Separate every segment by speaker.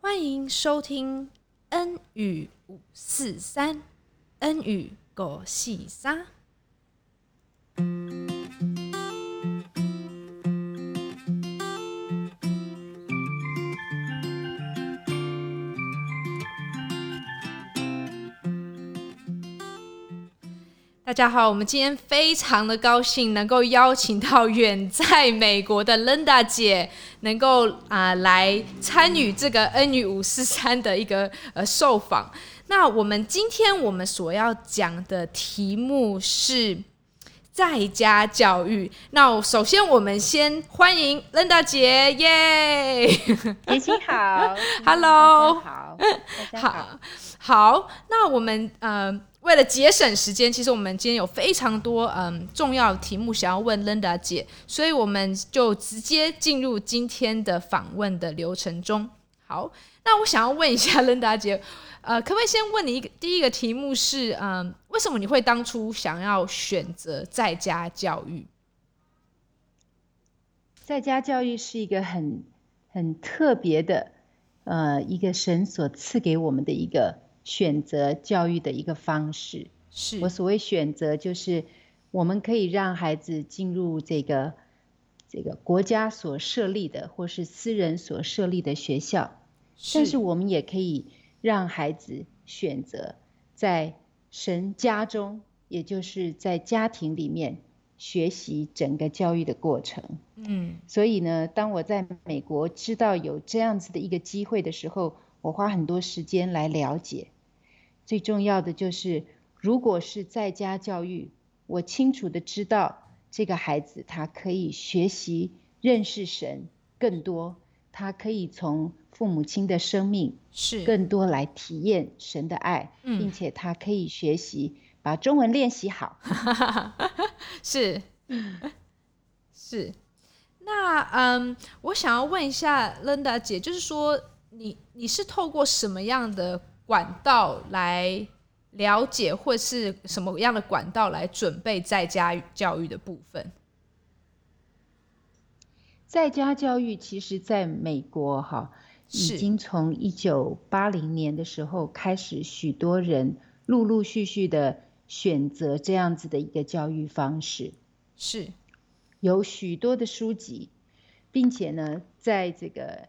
Speaker 1: 欢迎收听 N 语五四三，N 语狗戏沙。大家好，我们今天非常的高兴能够邀请到远在美国的 Linda 姐，能够啊、来参与这个 N 语五四三的一个呃受访。那我们今天我们所要讲的题目是在家教育。那我首先我们先欢迎 Linda 姐，耶、
Speaker 2: 杰西好
Speaker 1: Hello
Speaker 2: 大家好，大家好。
Speaker 1: 好，好，那我们呃，为了节省时间，其实我们今天有非常多嗯、重要的题目想要问 Linda 姐，所以我们就直接进入今天的访问的流程中。好，那我想要问一下 Linda 姐，呃，可不可以先问你一个第一个题目是嗯、为什么你会当初想要选择在家教育？
Speaker 2: 在家教育是一个很很特别的，呃，一个神所赐给我们的一个选择教育的一个方式。
Speaker 1: 是
Speaker 2: 我所谓选择，就是我们可以让孩子进入这个这个国家所设立的，或是私人所设立的学校，但是我们也可以让孩子选择在神家中，也就是在家庭里面学习整个教育的过程。
Speaker 1: 嗯
Speaker 2: 所以呢，当我在美国知道有这样子的一个机会的时候，我花很多时间来了解。最重要的就是，如果是在家教育，我清楚的知道这个孩子他可以学习认识神更多，他可以从父母亲的生命
Speaker 1: 是
Speaker 2: 更多来体验神的爱，
Speaker 1: 嗯
Speaker 2: 并且他可以学习把中文练习好。
Speaker 1: 是，是。那嗯，我想要问一下 Linda 姐，就是说你你是透过什么样的管道来了解，或是什么样的管道来准备在家教育的部分？
Speaker 2: 在家教育其实在美国哈，
Speaker 1: 是
Speaker 2: 已经从一九八零年的时候开始，许多人陆陆续续的选择这样子的一个教育方式，
Speaker 1: 是
Speaker 2: 有许多的书籍，并且呢，在这个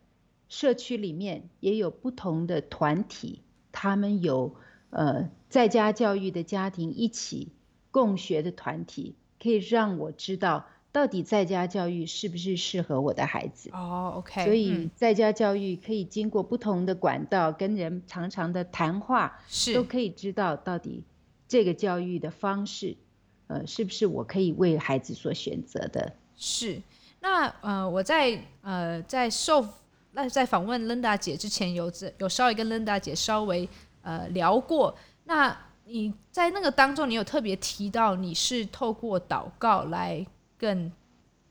Speaker 2: 社区里面也有不同的团体，他们有呃在家教育的家庭一起共学的团体，可以让我知道到底在家教育是不是适合我的孩子。
Speaker 1: 哦，OK，
Speaker 2: 所以
Speaker 1: 嗯
Speaker 2: 在家教育可以经过不同的管道跟人常常的谈话，都
Speaker 1: 是
Speaker 2: 可以知道到底这个教育的方式，呃，是不是我可以为孩子所选择的。
Speaker 1: 是。那呃，我在呃在受那在访问 Linda 姐之前有，有有稍微跟 Linda 姐稍微呃聊过。那你在那个当中，你有特别提到你是透过祷告来更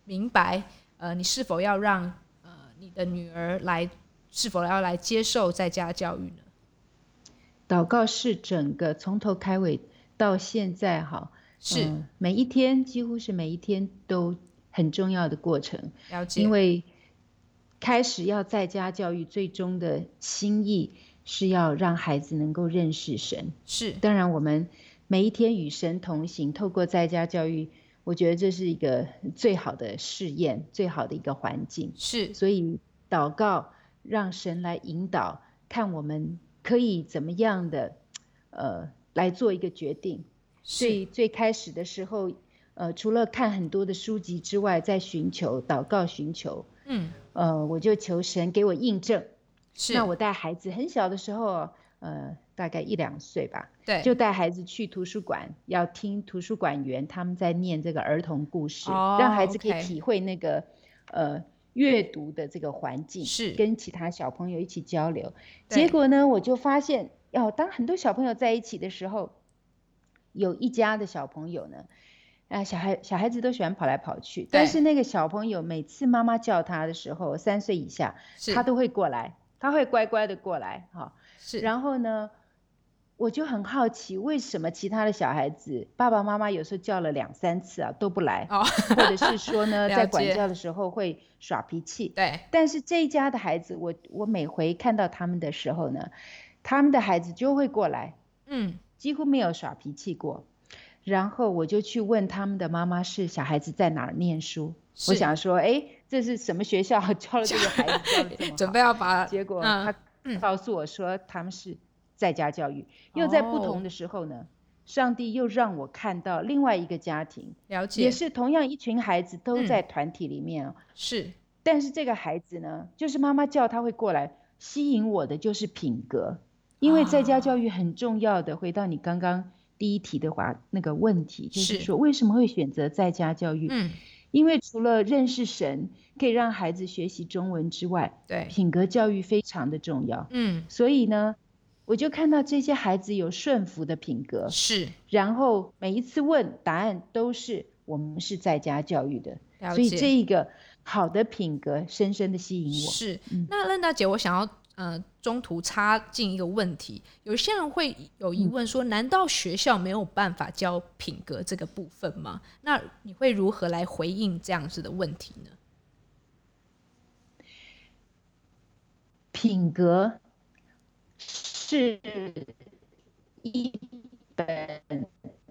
Speaker 1: 明白，呃，你是否要让呃你的女儿来，是否要来接受在家教育呢？
Speaker 2: 祷告是整个从头开尾到现在哈，
Speaker 1: 是、
Speaker 2: 嗯每一天几乎是每一天都很重要的过程。
Speaker 1: 了解，
Speaker 2: 因为开始要在家教育，最终的心意是要让孩子能够认识神。
Speaker 1: 是
Speaker 2: 当然，我们每一天与神同行，透过在家教育，我觉得这是一个最好的试验，最好的一个环境。
Speaker 1: 是
Speaker 2: 所以祷告，让神来引导，看我们可以怎么样的，呃，来做一个决定。
Speaker 1: 是
Speaker 2: 最最开始的时候，呃，除了看很多的书籍之外，在寻求祷告寻求，
Speaker 1: 嗯
Speaker 2: 呃，我就求神给我印证。
Speaker 1: 是，
Speaker 2: 那我带孩子很小的时候，呃，大概一两岁吧，
Speaker 1: 对
Speaker 2: 就带孩子去图书馆，要听图书馆员他们在念这个儿童故事，
Speaker 1: 哦
Speaker 2: 让孩子可以
Speaker 1: ，OK
Speaker 2: 体会那个呃阅读的这个环境，
Speaker 1: 是
Speaker 2: 跟其他小朋友一起交流。
Speaker 1: 对
Speaker 2: 结果呢，我就发现，哦，当很多小朋友在一起的时候，有一家的小朋友呢。啊，小孩小孩子都喜欢跑来跑去，但
Speaker 1: 对
Speaker 2: 是那个小朋友每次妈妈叫他的时候，三岁以下，
Speaker 1: 是
Speaker 2: 他都会过来，他会乖乖的过来，哈、
Speaker 1: 是
Speaker 2: 然后呢，我就很好奇，为什么其他的小孩子爸爸妈妈有时候叫了两三次啊都不 来，
Speaker 1: 哦，
Speaker 2: 或者是说呢，
Speaker 1: 了
Speaker 2: 在管
Speaker 1: 解
Speaker 2: 教的时候会耍脾气。
Speaker 1: 对，
Speaker 2: 但是这一家的孩子，我我每回看到他们的时候呢，他们的孩子就会过来，
Speaker 1: 嗯，
Speaker 2: 几乎没有耍脾气过。然后我就去问他们的妈妈是小孩子在哪儿念书，我
Speaker 1: 是
Speaker 2: 想说，哎，这是什么学校 教了这个孩子教 的这么
Speaker 1: 准
Speaker 2: 好
Speaker 1: 备要把
Speaker 2: 结果
Speaker 1: 嗯
Speaker 2: 他
Speaker 1: 嗯
Speaker 2: 告诉我说他们是在家教育，又在不同的时候呢，上帝又让我看到另外一个家庭，
Speaker 1: 了解
Speaker 2: 也是同样一群孩子都
Speaker 1: 嗯
Speaker 2: 在团体里面哦，
Speaker 1: 是
Speaker 2: 但是这个孩子呢，就是妈妈叫他会过来，吸引我的就是品格，因为在家教育很重要的。回到你刚刚第一题的话，那个问题就是
Speaker 1: 是
Speaker 2: 说，为什么会选择在家教育？
Speaker 1: 嗯，
Speaker 2: 因为除了认识神，可以让孩子学习中文之外，
Speaker 1: 对，
Speaker 2: 品格教育非常的重要。
Speaker 1: 嗯，
Speaker 2: 所以呢，我就看到这些孩子有顺服的品格，
Speaker 1: 是
Speaker 2: 然后每一次问答案都是我们是在家教育的。
Speaker 1: 了
Speaker 2: 所以
Speaker 1: 解
Speaker 2: 这。一个好的品格深深的吸引我。
Speaker 1: 是
Speaker 2: 嗯，
Speaker 1: 那任大姐，我想要呃中途插进一个问题，有些人会有
Speaker 2: 嗯
Speaker 1: 疑问说，难道学校没有办法教品格这个部分吗？那你会如何来回应这样子的问题呢？
Speaker 2: 品格是一本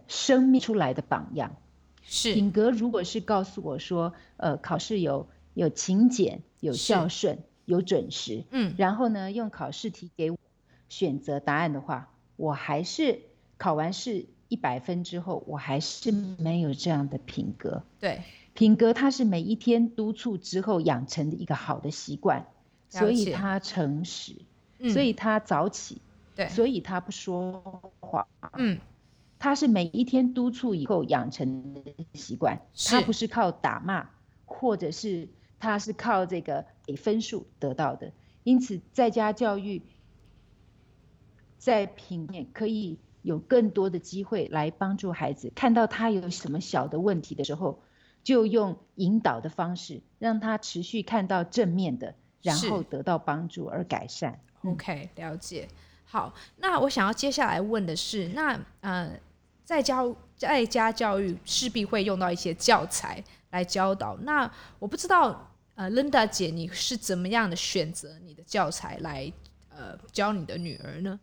Speaker 2: 生命出来的榜样。
Speaker 1: 是
Speaker 2: 品格如果是告诉我说，呃，考试有有勤俭、有
Speaker 1: 是
Speaker 2: 孝顺、有准时，
Speaker 1: 嗯，
Speaker 2: 然后呢，用考试题给我选择答案的话，我还是考完试一百分之后，我还是没有这样的品格。
Speaker 1: 对，
Speaker 2: 品格它是每一天督促之后养成的一个好的习惯，
Speaker 1: 了
Speaker 2: 所以
Speaker 1: 解
Speaker 2: 他诚实，
Speaker 1: 嗯，
Speaker 2: 所以他早起，
Speaker 1: 对，
Speaker 2: 所以他不说谎，
Speaker 1: 嗯，
Speaker 2: 他是每一天督促以后养成的习惯，
Speaker 1: 是
Speaker 2: 他不是靠打骂，或者是他是靠这个给分数得到的。因此，在家教育在品面可以有更多的机会来帮助孩子，看到他有什么小的问题的时候，就用引导的方式，让他持续看到正面的，然
Speaker 1: 是
Speaker 2: 后得到帮助而改善。嗯
Speaker 1: OK，了解。好，那我想要接下来问的是，那呃，在教在家教育势必会用到一些教材来教导。那我不知道呃，Linda 姐你是怎么样的选择你的教材来呃教你的女儿呢？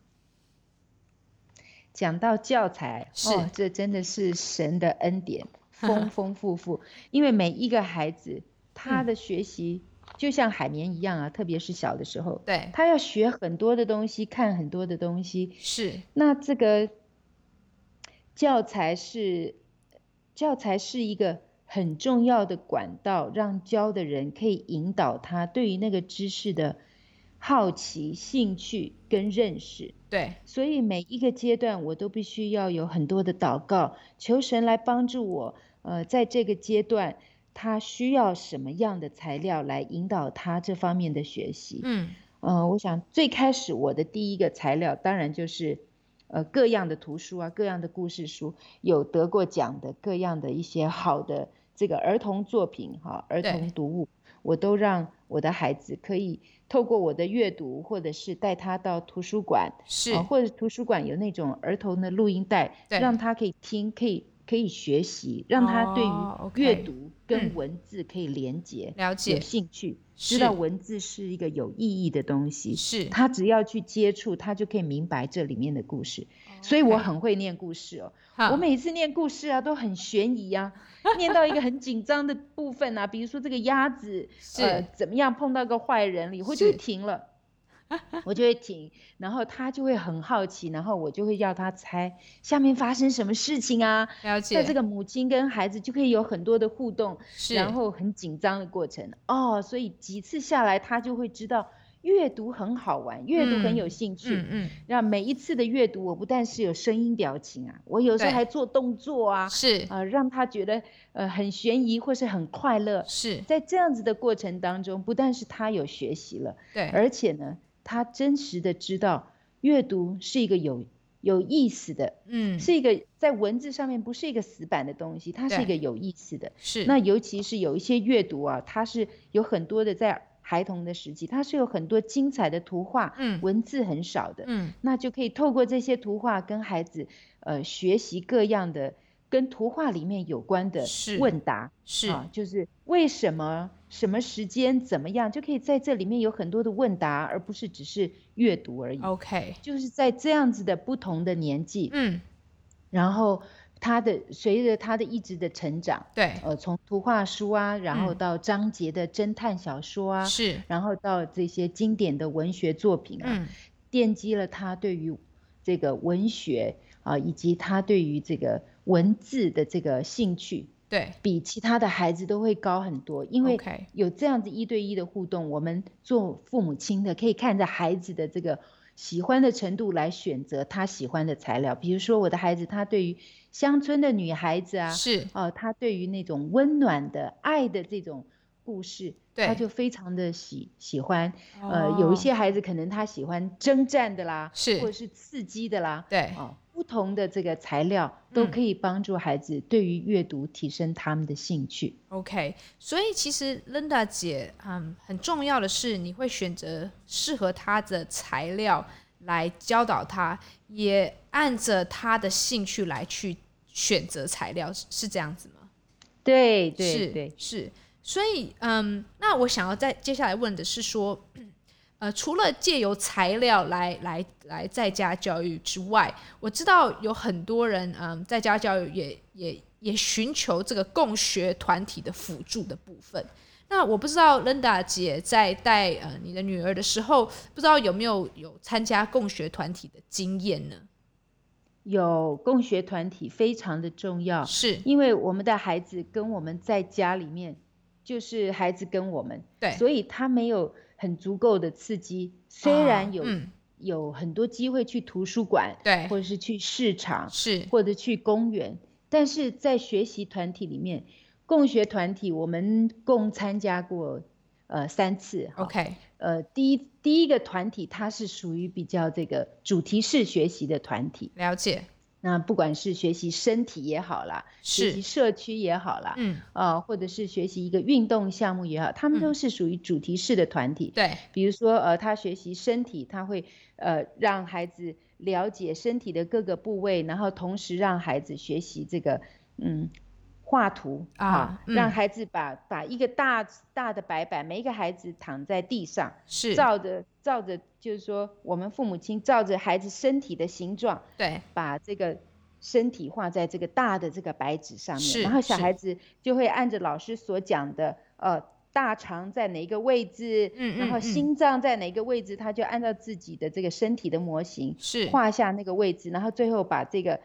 Speaker 2: 讲到教材，
Speaker 1: 是
Speaker 2: 哦，这真的是神的恩 典，丰丰富富。因为每一个孩子他
Speaker 1: 嗯
Speaker 2: 的学习就像海绵一样啊，特别是小的时候，
Speaker 1: 对，
Speaker 2: 他要学很多的东西，看很多的东西。
Speaker 1: 是
Speaker 2: 那这个教材是教材是一个很重要的管道，让教的人可以引导他对于那个知识的好奇、兴趣跟认识。
Speaker 1: 对，
Speaker 2: 所以每一个阶段，我都必须要有很多的祷告，求神来帮助我。呃，在这个阶段，他需要什么样的材料来引导他这方面的学习？
Speaker 1: 嗯，
Speaker 2: 呃，我想最开始我的第一个材料，当然就是，呃，各样的图书啊，各样的故事书，有得过奖的各样的一些好的这个儿童作品哈、儿
Speaker 1: 对
Speaker 2: 童读物，我都让我的孩子可以透过我的阅读，或者是带他到图书馆。
Speaker 1: 是
Speaker 2: 啊，或者图书馆有那种儿童的录音带，
Speaker 1: 对
Speaker 2: 让他可以听，可以可以学习，让他对
Speaker 1: 哦，OK
Speaker 2: 于阅读
Speaker 1: 嗯
Speaker 2: 跟文字可以连接，
Speaker 1: 了
Speaker 2: 有
Speaker 1: 解，
Speaker 2: 兴趣，
Speaker 1: 是
Speaker 2: 知道文字是一个有意义的东西。
Speaker 1: 是，
Speaker 2: 他只要去接触，他就可以明白这里面的故事。
Speaker 1: 哦
Speaker 2: 所以我很会念故事哦，我每次念故事啊都很悬 疑啊，念到一个很紧张的部分啊，比如说这个鸭子
Speaker 1: 是
Speaker 2: 呃怎么样碰到个坏人了以后就是会停 了，我就会停，然后他就会很好奇，然后我就会要他猜下面发生什么事情啊。
Speaker 1: 了解，
Speaker 2: 那这个母亲跟孩子就可以有很多的互动，
Speaker 1: 是
Speaker 2: 然后很紧张的过程哦，所以几次下来他就会知道阅读很好玩，阅读
Speaker 1: 嗯
Speaker 2: 很有兴趣。
Speaker 1: 嗯嗯
Speaker 2: 让每一次的阅读，我不但是有声音表情啊，我有时候
Speaker 1: 对
Speaker 2: 还做动作啊，
Speaker 1: 是
Speaker 2: 呃，让他觉得呃很悬疑或是很快乐。
Speaker 1: 是，
Speaker 2: 在这样子的过程当中，不但是他有学习了，
Speaker 1: 对，
Speaker 2: 而且呢，他真实的知道阅读是一个有有意思的，
Speaker 1: 嗯
Speaker 2: 是一个在文字上面不是一个死板的东西，它是一
Speaker 1: 对
Speaker 2: 个有意思的。
Speaker 1: 是
Speaker 2: 那尤其是有一些阅读啊，它是有很多的在孩童的时期，它是有很多精彩的图画，
Speaker 1: 嗯
Speaker 2: 文字很少的，
Speaker 1: 嗯，
Speaker 2: 那就可以透过这些图画跟孩子呃学习各样的跟图画里面有关的
Speaker 1: 是
Speaker 2: 问答，
Speaker 1: 是，
Speaker 2: 啊，就是为什么什么时间怎么样，就可以在这里面有很多的问答，而不是只是阅读而已。
Speaker 1: OK，
Speaker 2: 就是在这样子的不同的年纪，
Speaker 1: 哦嗯，
Speaker 2: 然后他的随着他的一直的成长，
Speaker 1: 对，
Speaker 2: 呃，从图画书啊，然后
Speaker 1: 嗯
Speaker 2: 到章节的侦探小说啊，
Speaker 1: 是，
Speaker 2: 然后到这些经典的文学作品啊，
Speaker 1: 嗯，
Speaker 2: 奠基了他对于这个文学啊、以及他对于这个文字的这个兴趣，
Speaker 1: 对
Speaker 2: 比其他的孩子都会高很多，因为
Speaker 1: OK
Speaker 2: 有这样子一对一的互动，我们做父母亲的可以看着孩子的这个喜欢的程度来选择他喜欢的材料。比如说我的孩子，他对于乡村的女孩子啊，
Speaker 1: 是，
Speaker 2: 哦、他对于那种温暖的爱的这种故事，
Speaker 1: 对
Speaker 2: 他就非常的喜喜欢。呃，有
Speaker 1: 哦
Speaker 2: 一些孩子可能他喜欢征战的啦，
Speaker 1: 是
Speaker 2: 或者是刺激的啦，
Speaker 1: 对
Speaker 2: 哦，不同的这个材料都
Speaker 1: 嗯
Speaker 2: 可以帮助孩子对于阅读提升他们的兴趣。
Speaker 1: OK，所以其实 Linda 姐，嗯，很重要的是你会选择适合她的材料来教导她，也按着她的兴趣来去选择材料，是是这样子吗？
Speaker 2: 对对
Speaker 1: 是
Speaker 2: 对，
Speaker 1: 是，所以嗯，那我想要再接下来问的是说，呃，除了借由材料来来来在家教育之外，我知道有很多人嗯在家教育也也也寻求这个共学团体的辅助的部分。那我不知道 Linda 姐在带呃你的女儿的时候，不知道有没有有参加共学团体的经验呢？
Speaker 2: 有共学团体非常的重要，
Speaker 1: 是
Speaker 2: 因为我们的孩子跟我们在家里面，就是孩子跟我们，
Speaker 1: 对
Speaker 2: 所以他没有很足够的刺激。虽
Speaker 1: 啊
Speaker 2: 然有、
Speaker 1: 嗯哎
Speaker 2: 有很多机会去图书馆，
Speaker 1: 对
Speaker 2: 或者是去市场，
Speaker 1: 是
Speaker 2: 或者去公园，但是在学习团体里面，共学团体我们共参加过呃三次哈
Speaker 1: OK
Speaker 2: 呃，第一第一个团体它是属于比较这个主题式学习的团体，
Speaker 1: 了解
Speaker 2: 那不管是学习身体也好啦，学习
Speaker 1: 是
Speaker 2: 社区也好啦，
Speaker 1: 嗯
Speaker 2: 啊、或者是学习一个运动项目也好，他们
Speaker 1: 嗯
Speaker 2: 都是属于主题式的团体。
Speaker 1: 对
Speaker 2: 比如说，呃，他学习身体，他会呃让孩子了解身体的各个部位，然后同时让孩子学习这个嗯画图
Speaker 1: 啊嗯
Speaker 2: 让孩子把把一个大大的白板，每一个孩子躺在地上，
Speaker 1: 是
Speaker 2: 照着照着，就是说我们父母亲照着孩子身体的形状，
Speaker 1: 对
Speaker 2: 把这个身体画在这个大的这个白纸上
Speaker 1: 是
Speaker 2: 面，然后小
Speaker 1: 是
Speaker 2: 孩子就会按着老师所讲的，呃，大肠在哪一个位置，
Speaker 1: 嗯
Speaker 2: 然
Speaker 1: 嗯
Speaker 2: 后
Speaker 1: 嗯
Speaker 2: 心脏在哪一个位置，他就按照自己的这个身体的模型
Speaker 1: 是
Speaker 2: 画下那个位置，然后最后把这个。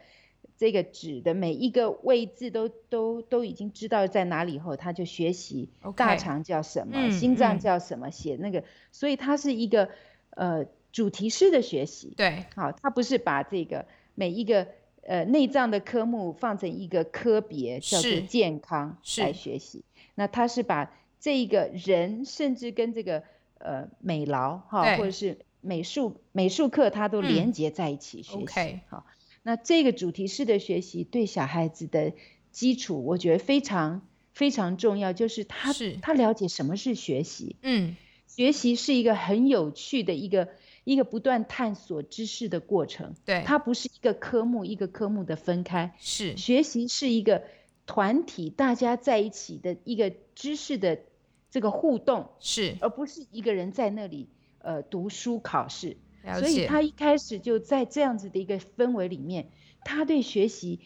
Speaker 2: 这个纸的每一个位置都都都已经知道在哪里以后，他就学习
Speaker 1: OK
Speaker 2: 大肠叫什么
Speaker 1: 嗯
Speaker 2: 心
Speaker 1: 嗯
Speaker 2: 脏叫什么，写那个，所以它是一个呃主题式的学习。
Speaker 1: 对
Speaker 2: 好，它不是把这个每一个呃内脏的科目放成一个科别，叫做
Speaker 1: 是
Speaker 2: 健康
Speaker 1: 是
Speaker 2: 来学习。那它是把这一个人，甚至跟这个呃美劳哈，
Speaker 1: 对
Speaker 2: 或者是美术美术课，它都
Speaker 1: 嗯
Speaker 2: 连接在一起学习。
Speaker 1: OK
Speaker 2: 好，那这个主题式的学习对小孩子的基础，我觉得非常非常重要，就是他
Speaker 1: 是
Speaker 2: 他了解什么是学习。
Speaker 1: 嗯
Speaker 2: 学习是一个很有趣的一个一个不断探索知识的过程，
Speaker 1: 对
Speaker 2: 它不是一个科目一个科目的分开，
Speaker 1: 是
Speaker 2: 学习是一个团体大家在一起的一个知识的这个互动，
Speaker 1: 是
Speaker 2: 而不是一个人在那里呃读书考试。
Speaker 1: 了
Speaker 2: 所以
Speaker 1: 解
Speaker 2: 他一开始就在这样子的一个氛围里面，他对学习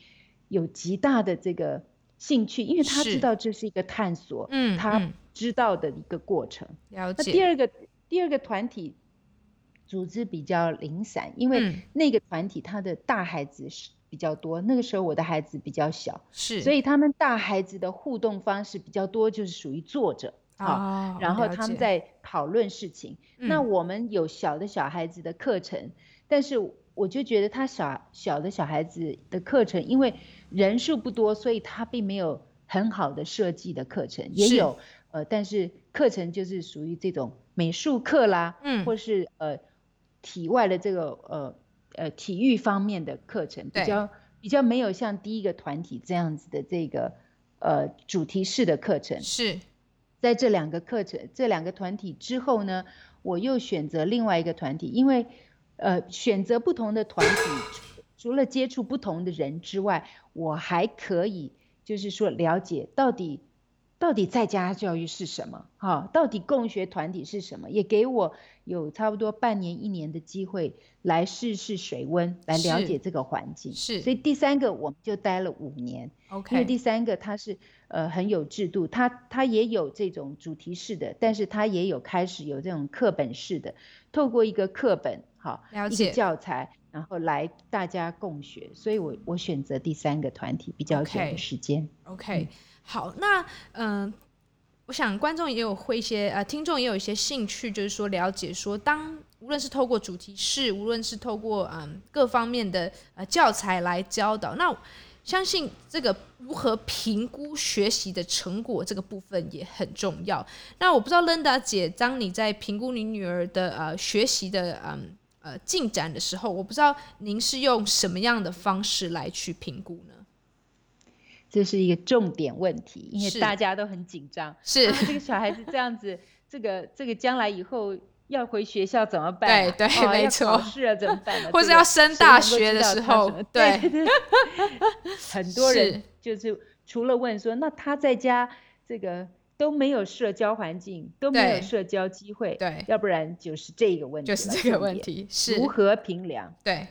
Speaker 2: 有极大的这个兴趣，因为他
Speaker 1: 是
Speaker 2: 知道这是一个探索，
Speaker 1: 嗯
Speaker 2: 他
Speaker 1: 嗯
Speaker 2: 知道的一个过程。
Speaker 1: 了
Speaker 2: 那第
Speaker 1: 解
Speaker 2: 二个第二个团体组织比较零散，因为
Speaker 1: 嗯
Speaker 2: 那个团体他的大孩子是比较多，那个时候我的孩子比较小，
Speaker 1: 是，
Speaker 2: 所以他们大孩子的互动方式比较多，就是属于坐着啊。
Speaker 1: 啊
Speaker 2: 然后他们在讨论事情。那
Speaker 1: 嗯
Speaker 2: 我们有小的小孩子的课程，但是我就觉得他小小的小孩子的课程，因为人数不多，所以他并没有很好的设计的课程，也
Speaker 1: 是
Speaker 2: 有呃，但是课程就是属于这种美术课啦，
Speaker 1: 嗯
Speaker 2: 或是呃体外的这个呃呃体育方面的课程，
Speaker 1: 对
Speaker 2: 比较比较没有像第一个团体这样子的这个呃主题式的课程。
Speaker 1: 是
Speaker 2: 在这两个课程、这两个团体之后呢，我又选择另外一个团体，因为呃，选择不同的团体，除除了接触不同的人之外，我还可以就是说了解到底到底在家教育是什么，哈、到底共学团体是什么，也给我有差不多半年一年的机会来试试水温，来了
Speaker 1: 是
Speaker 2: 解这个环境。
Speaker 1: 是
Speaker 2: 所以第三个我们就待了五年。因为
Speaker 1: ，OK，
Speaker 2: 第三个它是呃很有制度，它它也有这种主题式的，但是它也有开始有这种课本式的，透过一个课本好
Speaker 1: 了
Speaker 2: 一
Speaker 1: 解
Speaker 2: 个教材，然后来大家共学，所以我我选择第三个团体比较久
Speaker 1: OK
Speaker 2: 的时间。
Speaker 1: OK，好，那嗯、呃我想观众也有会一些呃，听众也有一些兴趣，就是说了解说当。无论是透过主题式，无论是透过嗯各方面的呃教材来教导，那相信这个如何评估学习的成果这个部分也很重要。那我不知道 Linda 姐，当你在评估你女儿的呃学习的嗯呃进展的时候，我不知道您是用什么样的方式来去评估呢？
Speaker 2: 这是一个重点问题，因为
Speaker 1: 是
Speaker 2: 大家都很紧张，
Speaker 1: 是，
Speaker 2: 啊这个小孩子这样子，这个这个将来以后要回学校怎么办啊、
Speaker 1: 对对
Speaker 2: 哦
Speaker 1: 没
Speaker 2: 要
Speaker 1: 错
Speaker 2: 考试了怎么办、啊？
Speaker 1: 或
Speaker 2: 这
Speaker 1: 是
Speaker 2: 个
Speaker 1: 要升
Speaker 2: 谁
Speaker 1: 大
Speaker 2: 能够
Speaker 1: 学
Speaker 2: 知
Speaker 1: 的
Speaker 2: 道
Speaker 1: 时
Speaker 2: 他
Speaker 1: 候
Speaker 2: 什 么
Speaker 1: 对
Speaker 2: 对对，很多
Speaker 1: 是
Speaker 2: 人就是除了问说，那他在家这个都没有社交环境，都没
Speaker 1: 对
Speaker 2: 有社交机会，
Speaker 1: 对
Speaker 2: 要不然就是这个问题
Speaker 1: 就
Speaker 2: 了，
Speaker 1: 是这个
Speaker 2: 重
Speaker 1: 问
Speaker 2: 点，
Speaker 1: 题，是
Speaker 2: 如何评量？
Speaker 1: 对，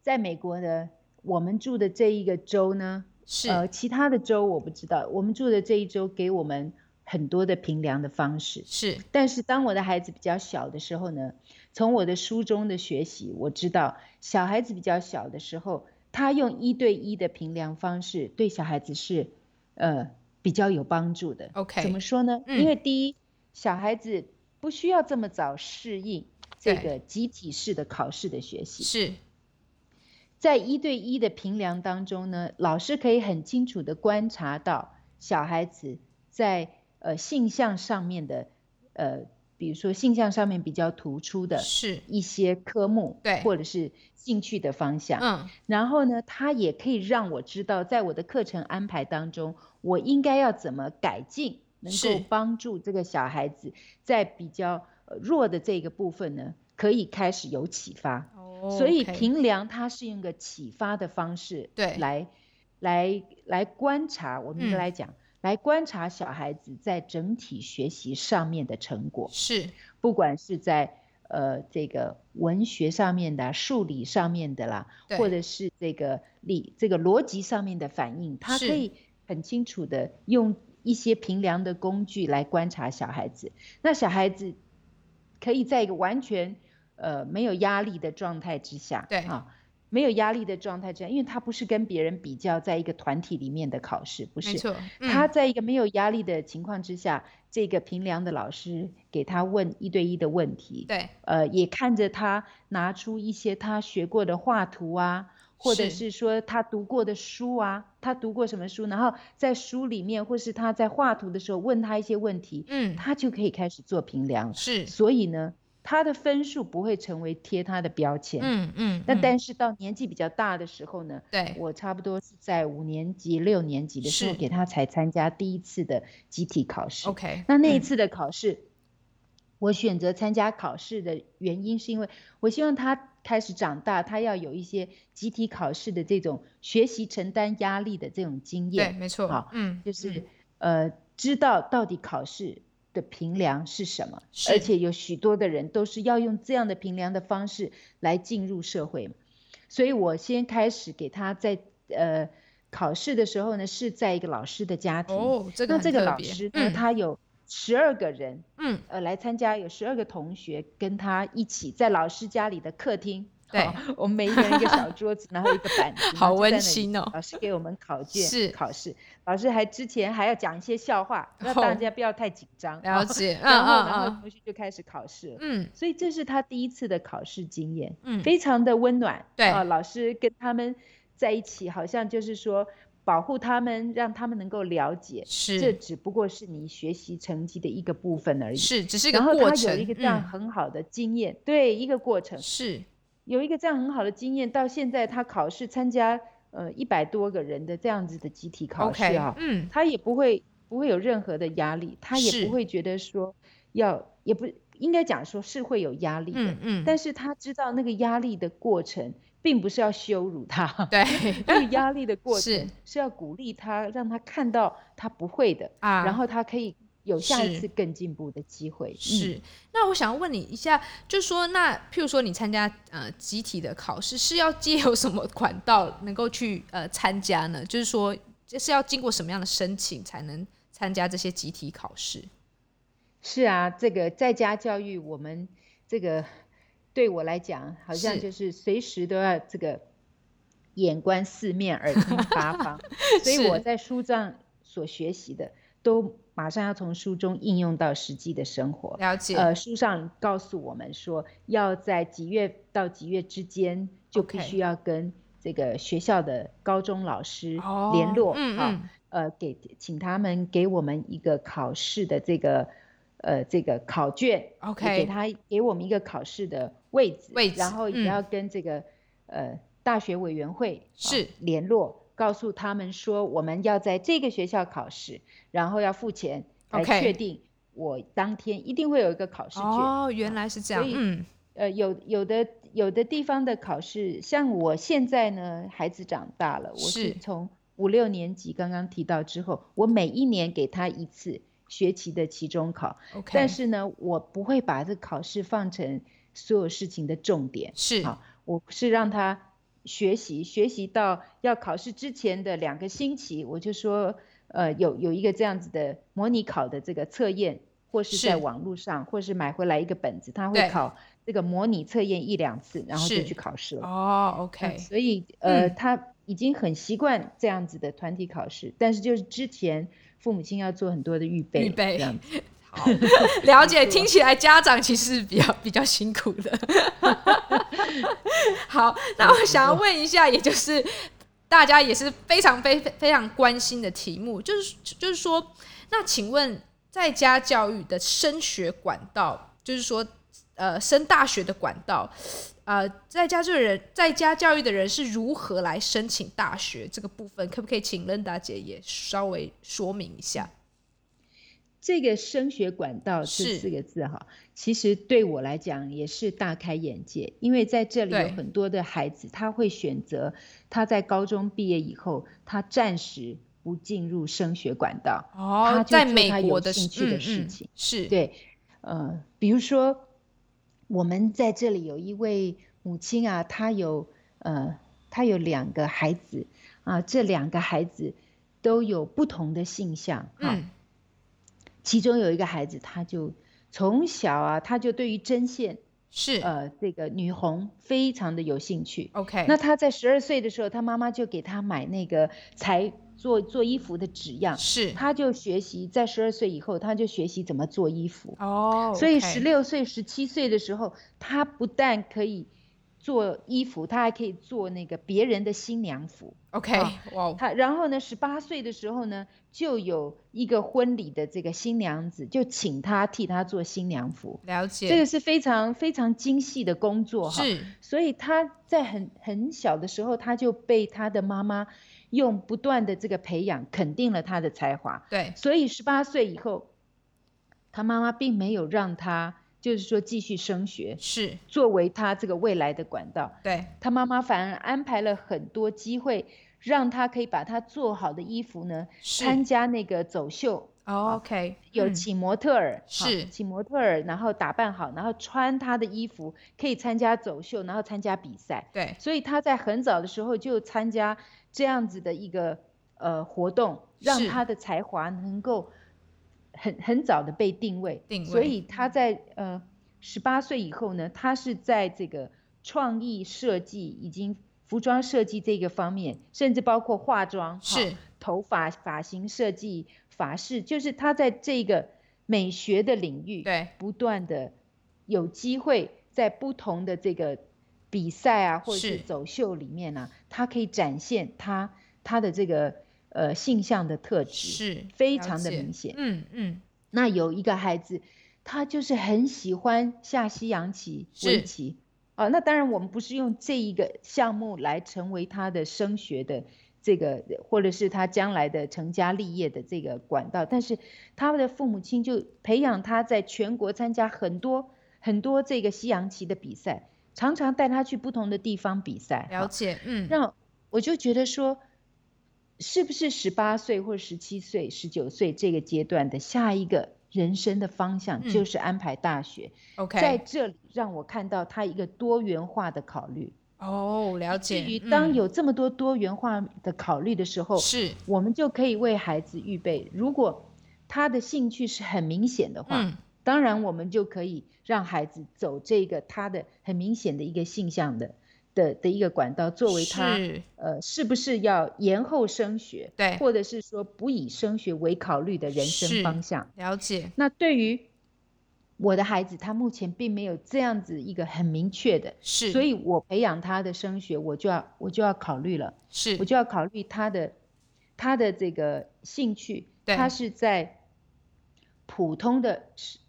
Speaker 2: 在美国呢，我们住的这一个州呢，
Speaker 1: 是、
Speaker 2: 呃，其他的州我不知道，我们住的这一周给我们很多的评量的方式。
Speaker 1: 是
Speaker 2: 但是当我的孩子比较小的时候呢，从我的书中的学习，我知道小孩子比较小的时候，他用一对一的评量方式对小孩子是，呃，比较有帮助的。
Speaker 1: OK
Speaker 2: 怎么说呢？
Speaker 1: 嗯
Speaker 2: 因为第一，小孩子不需要这么早适应这
Speaker 1: 对
Speaker 2: 个集体式的考试的学习，
Speaker 1: 是
Speaker 2: 在一对一的评量当中呢，老师可以很清楚地观察到小孩子在呃性向上面的，呃，比如说性向上面比较突出的
Speaker 1: 是，
Speaker 2: 一些科目，
Speaker 1: 对
Speaker 2: 或者是兴趣的方向。
Speaker 1: 嗯，
Speaker 2: 然后呢，他也可以让我知道，在我的课程安排当中，我应该要怎么改进，能
Speaker 1: 是
Speaker 2: 够帮助这个小孩子在比较呃弱的这个部分呢，可以开始有启发。所以
Speaker 1: OK，
Speaker 2: 评量它是用个启发的方式，
Speaker 1: 对
Speaker 2: 来来来观察，我们
Speaker 1: 嗯
Speaker 2: 来讲，来观察小孩子在整体学习上面的成果，
Speaker 1: 是
Speaker 2: 不管是在呃这个文学上面的啊、数理上面的啦，
Speaker 1: 对
Speaker 2: 或者是这个理这个逻辑上面的反应，他
Speaker 1: 是
Speaker 2: 可以很清楚的用一些评量的工具来观察小孩子。那小孩子可以在一个完全呃没有压力的状态之下，
Speaker 1: 对
Speaker 2: 啊。没有压力的状态之下，因为他不是跟别人比较，在一个团体里面的考试，不
Speaker 1: 没
Speaker 2: 是，
Speaker 1: 错，嗯
Speaker 2: 他在一个没有压力的情况之下，这个平良的老师给他问一对一的问题，
Speaker 1: 对
Speaker 2: 呃，也看着他拿出一些他学过的画图啊，或者
Speaker 1: 是
Speaker 2: 是说他读过的书啊，他读过什么书，然后在书里面或是他在画图的时候问他一些问题，
Speaker 1: 嗯
Speaker 2: 他就可以开始做评量了。
Speaker 1: 是
Speaker 2: 所以呢，他的分数不会成为贴他的标签。
Speaker 1: 嗯嗯，
Speaker 2: 那
Speaker 1: 嗯
Speaker 2: 但是到年纪比较大的时候呢，
Speaker 1: 对
Speaker 2: 我差不多是在五年级、六年级的时候
Speaker 1: 是
Speaker 2: 给他才参加第一次的集体考试。
Speaker 1: OK，
Speaker 2: 那那一
Speaker 1: 嗯
Speaker 2: 次的考试，我选择参加考试的原因是因为我希望他开始长大，他要有一些集体考试的这种学习承担压力的这种经
Speaker 1: 对
Speaker 2: 验，
Speaker 1: 没错
Speaker 2: 好，
Speaker 1: 嗯
Speaker 2: 就是
Speaker 1: 嗯
Speaker 2: 呃知道到底考试。的评量是什么？
Speaker 1: 是
Speaker 2: 而且有许多的人都是要用这样的评量的方式来进入社会嘛。所以我先开始给他在呃考试的时候呢，是在一个老师的家庭。
Speaker 1: 哦，这个
Speaker 2: 那
Speaker 1: 很
Speaker 2: 这个
Speaker 1: 特
Speaker 2: 老
Speaker 1: 别
Speaker 2: 师呢，
Speaker 1: 嗯
Speaker 2: 他有十二个人
Speaker 1: 嗯
Speaker 2: 呃来参加，有十二个同学跟他一起在老师家里的客厅。
Speaker 1: 对
Speaker 2: 好我们每一个人一个小 桌子，然后一个板子，然
Speaker 1: 好
Speaker 2: 后就在
Speaker 1: 温
Speaker 2: 那里
Speaker 1: 馨哦
Speaker 2: 老师给我们考卷，
Speaker 1: 是
Speaker 2: 考试。老师还之前还要讲一些笑话，让大
Speaker 1: 哦
Speaker 2: 家不要太紧张。
Speaker 1: 了
Speaker 2: 哦
Speaker 1: 解，嗯
Speaker 2: 然后，然后
Speaker 1: 嗯
Speaker 2: 同学就开始考试了。
Speaker 1: 嗯
Speaker 2: 所以这是他第一次的考试经验。
Speaker 1: 嗯嗯
Speaker 2: 非常的温暖。
Speaker 1: 对
Speaker 2: 啊、老师跟他们在一起，好像就是说保护他们，让他们能够了解，这
Speaker 1: 是
Speaker 2: 只不过是你学习成绩的一个部分而已。
Speaker 1: 是只是一个
Speaker 2: 然后
Speaker 1: 过
Speaker 2: 他有
Speaker 1: 程
Speaker 2: 一个这样
Speaker 1: 嗯
Speaker 2: 很好的经验，对一个过程，
Speaker 1: 是
Speaker 2: 有一个这样很好的经验，到现在他考试参加呃一百多个人的这样子的集体考试
Speaker 1: OK
Speaker 2: 啊，
Speaker 1: 嗯
Speaker 2: 他也不会。不会有任何的压力，他也
Speaker 1: 是
Speaker 2: 不会觉得说要，也不应该讲说是会有压力的，
Speaker 1: 嗯嗯，
Speaker 2: 但是他知道那个压力的过程，并不是要羞辱他，
Speaker 1: 对
Speaker 2: 那个压力的过
Speaker 1: 是
Speaker 2: 程是要鼓励他，让他看到他不会的，
Speaker 1: 啊，
Speaker 2: 然后他可以有下一
Speaker 1: 是
Speaker 2: 次更进步的机会。嗯
Speaker 1: 是，那我想问你一下，就是说，那譬如说你参加呃集体的考试，是要借由什么管道能够去呃参加呢？就是说，这是要经过什么样的申请才能参加这些集体考试？
Speaker 2: 是啊，这个在家教育，我们这个对我来讲，好像
Speaker 1: 是
Speaker 2: 就是随时都要这个眼观四面，耳听 八方，所以我
Speaker 1: 是
Speaker 2: 在书上所学习的，都马上要从书中应用到实际的生活。
Speaker 1: 了解，
Speaker 2: 呃，书上告诉我们说，要在几月到几月之间，就必
Speaker 1: OK
Speaker 2: 须要跟这个学校的高中老师
Speaker 1: 哦
Speaker 2: 联络，
Speaker 1: 嗯
Speaker 2: 啊
Speaker 1: 嗯，
Speaker 2: 呃，给请他们给我们一个考试的这个，呃，这个考卷也
Speaker 1: OK
Speaker 2: 给他给我们一个考试的位置，
Speaker 1: 位置
Speaker 2: 然后也
Speaker 1: 嗯
Speaker 2: 要跟这个、呃大学委员会啊
Speaker 1: 是
Speaker 2: 联络，告诉他们说我们要在这个学校考试，然后要付钱来
Speaker 1: OK
Speaker 2: 确定我当天一定会有一个考试卷。
Speaker 1: 哦，原来是这样
Speaker 2: 所，以
Speaker 1: 嗯，
Speaker 2: 呃，有有的有的地方的考试，像我现在呢，孩子长大了，我
Speaker 1: 是
Speaker 2: 是从五六年级刚刚提到之后，我每一年给他一次学期的期中考
Speaker 1: OK
Speaker 2: 但是呢，我不会把这考试放成所有事情的重点。
Speaker 1: 是
Speaker 2: 好我是让他学习，学习到要考试之前的两个星期，我就说，呃，有有一个这样子的模拟考的这个测验，或是
Speaker 1: 是
Speaker 2: 在网络上，或是买回来一个本子，他会
Speaker 1: 对
Speaker 2: 考这个模拟测验一两次，然后就是去考试了。
Speaker 1: 哦
Speaker 2: 嗯
Speaker 1: ，OK，
Speaker 2: 所以呃，
Speaker 1: 嗯
Speaker 2: 他已经很习惯这样子的团体考试，但是就是之前父母亲要做很多的预备，
Speaker 1: 预备
Speaker 2: 这样子。
Speaker 1: 好， 了解，听起来家长其实比较比较辛苦的。 好，那我想要问一下，也就是大家也是非常非非常关心的题目，就是就是说，那请问在家教育的升学管道，就是说，呃，升大学的管道，呃，在家教育人在家教育的人是如何来申请大学这个部分，可不可以请任达姐也稍微说明一下？
Speaker 2: 这个升学管道
Speaker 1: 是
Speaker 2: 这四个字哈，其实对我来讲也是大开眼界，因为在这里
Speaker 1: 对
Speaker 2: 有很多的孩子，他会选择他在高中毕业以后，他暂时不进入升学管道，
Speaker 1: 哦
Speaker 2: 他，就
Speaker 1: 在
Speaker 2: 做
Speaker 1: 美
Speaker 2: 他有
Speaker 1: 国的
Speaker 2: 兴
Speaker 1: 事
Speaker 2: 趣的
Speaker 1: 嗯
Speaker 2: 事
Speaker 1: 嗯、
Speaker 2: 情
Speaker 1: 是，
Speaker 2: 对，呃，比如说我们在这里有一位母亲啊，她有呃，她有两个孩子啊，这两个孩子都有不同的性向啊。
Speaker 1: 嗯，
Speaker 2: 其中有一个孩子，他就从小啊，他就对于针线，
Speaker 1: 是、
Speaker 2: 呃，这个女红非常的有兴趣。
Speaker 1: OK，
Speaker 2: 那他在十二岁的时候，他妈妈就给他买那个裁做做衣服的纸样，
Speaker 1: 是
Speaker 2: 他就学习，在十二岁以后，他就学习怎么做衣服。
Speaker 1: 哦，
Speaker 2: 所以
Speaker 1: OK，
Speaker 2: 十六岁、十七岁的时候，他不但可以做衣服，他还可以做那个别人的新娘服。
Speaker 1: OK，
Speaker 2: 啊
Speaker 1: 哇哦，
Speaker 2: 他然后呢，十八岁的时候呢，就有一个婚礼的这个新娘子，就请他替她做新娘服，
Speaker 1: 了解，
Speaker 2: 这个是非常非常精细的工作哈。
Speaker 1: 是
Speaker 2: 所以他在很很小的时候，他就被他的妈妈用不断的这个培养肯定了他的才华。
Speaker 1: 对
Speaker 2: 所以十八岁以后，他妈妈并没有让他就是说继续升学，
Speaker 1: 是，
Speaker 2: 作为他这个未来的管道。
Speaker 1: 对
Speaker 2: 他妈妈反而安排了很多机会，让他可以把他做好的衣服呢，
Speaker 1: 是、
Speaker 2: 参加那个走秀，
Speaker 1: 哦、OK，
Speaker 2: 有
Speaker 1: 嗯
Speaker 2: 请模特儿，哈
Speaker 1: 是
Speaker 2: 请模特儿，然后打扮好，然后穿他的衣服，可以参加走秀，然后参加比赛。
Speaker 1: 对
Speaker 2: 所以他在很早的时候就参加这样子的一个呃活动，让
Speaker 1: 是
Speaker 2: 他的才华能够很很早的被定位。
Speaker 1: 定
Speaker 2: 所
Speaker 1: 位嗯
Speaker 2: 以他在呃十八岁以后呢，他是在这个创意设计以及服装设计这个方面，甚至包括化妆、哈
Speaker 1: 是
Speaker 2: 头发、发型设计、发饰，就是他在这个美学的领域，
Speaker 1: 对
Speaker 2: 不断的有机会在不同的这个比赛啊，或者
Speaker 1: 是
Speaker 2: 是走秀里面呢、他可以展现他他的这个呃性向的特质，
Speaker 1: 是
Speaker 2: 非
Speaker 1: 了
Speaker 2: 常的
Speaker 1: 解
Speaker 2: 明显。
Speaker 1: 嗯嗯
Speaker 2: 那有一个孩子，他就是很喜欢下西洋棋、啊
Speaker 1: 是
Speaker 2: 围棋。哦，那当然，我们不是用这一个项目来成为他的升学的这个，或者是他将来的成家立业的这个管道，但是他们的父母亲就培养他在全国参加很多很多这个西洋棋的比赛，常常带他去不同的地方比赛。
Speaker 1: 了解，嗯，
Speaker 2: 让我就觉得说，是不是十八岁或十七岁、十九岁这个阶段的下一个人生的方向
Speaker 1: 嗯
Speaker 2: 就是安排大学？在
Speaker 1: OK，
Speaker 2: 这里让我看到他一个多元化的考虑。
Speaker 1: 哦，了
Speaker 2: 至
Speaker 1: 解。
Speaker 2: 于当
Speaker 1: 嗯
Speaker 2: 有这么多多元化的考虑的时候，
Speaker 1: 是，
Speaker 2: 我们就可以为孩子预备。如果他的兴趣是很明显的话，
Speaker 1: 嗯，
Speaker 2: 当然我们就可以让孩子走这个他的很明显的一个性向的的的一个管道，作为他
Speaker 1: 是
Speaker 2: 呃是不是要延后升学，
Speaker 1: 对
Speaker 2: 或者是说不以升学为考虑的人
Speaker 1: 是
Speaker 2: 生方向。
Speaker 1: 了解，
Speaker 2: 那对于我的孩子，他目前并没有这样子一个很明确的，
Speaker 1: 是，
Speaker 2: 所以我培养他的升学，我就要我就要考虑了。
Speaker 1: 是
Speaker 2: 我就要考虑他的他的这个兴趣，
Speaker 1: 对
Speaker 2: 他是在普通的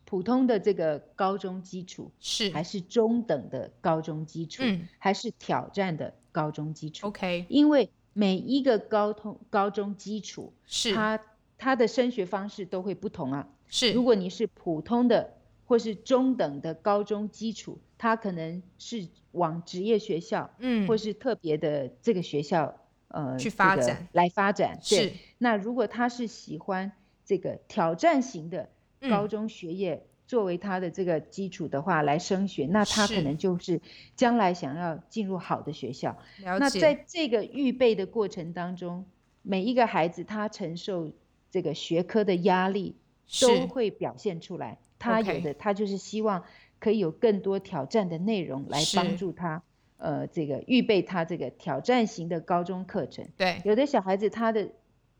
Speaker 2: 普通的这个高中基础，
Speaker 1: 是，
Speaker 2: 还是中等的高中基础，
Speaker 1: 嗯
Speaker 2: 还是挑战的高中基础？
Speaker 1: ，OK，
Speaker 2: 因为每一个高通高中基础，
Speaker 1: 是
Speaker 2: 它它的升学方式都会不同啊。
Speaker 1: 是
Speaker 2: 如果你是普通的或是中等的高中基础，它可能是往职业学校，
Speaker 1: 嗯
Speaker 2: 或是特别的这个学校，呃，
Speaker 1: 去发
Speaker 2: 这个
Speaker 1: 展
Speaker 2: 来发展。
Speaker 1: 是
Speaker 2: 对，那如果他是喜欢这个挑战型的
Speaker 1: 嗯
Speaker 2: 高中学业。作为他的这个基础的话来升学，那他
Speaker 1: 是
Speaker 2: 可能就是将来想要进入好的学校。
Speaker 1: 了
Speaker 2: 那
Speaker 1: 解，
Speaker 2: 在这个预备的过程当中，每一个孩子他承受这个学科的压力，都
Speaker 1: 是
Speaker 2: 会表现出来。他
Speaker 1: OK
Speaker 2: 有的他就是希望可以有更多挑战的内容来
Speaker 1: 是
Speaker 2: 帮助他，呃，这个预备他这个挑战型的高中课程。
Speaker 1: 对，
Speaker 2: 有的小孩子他的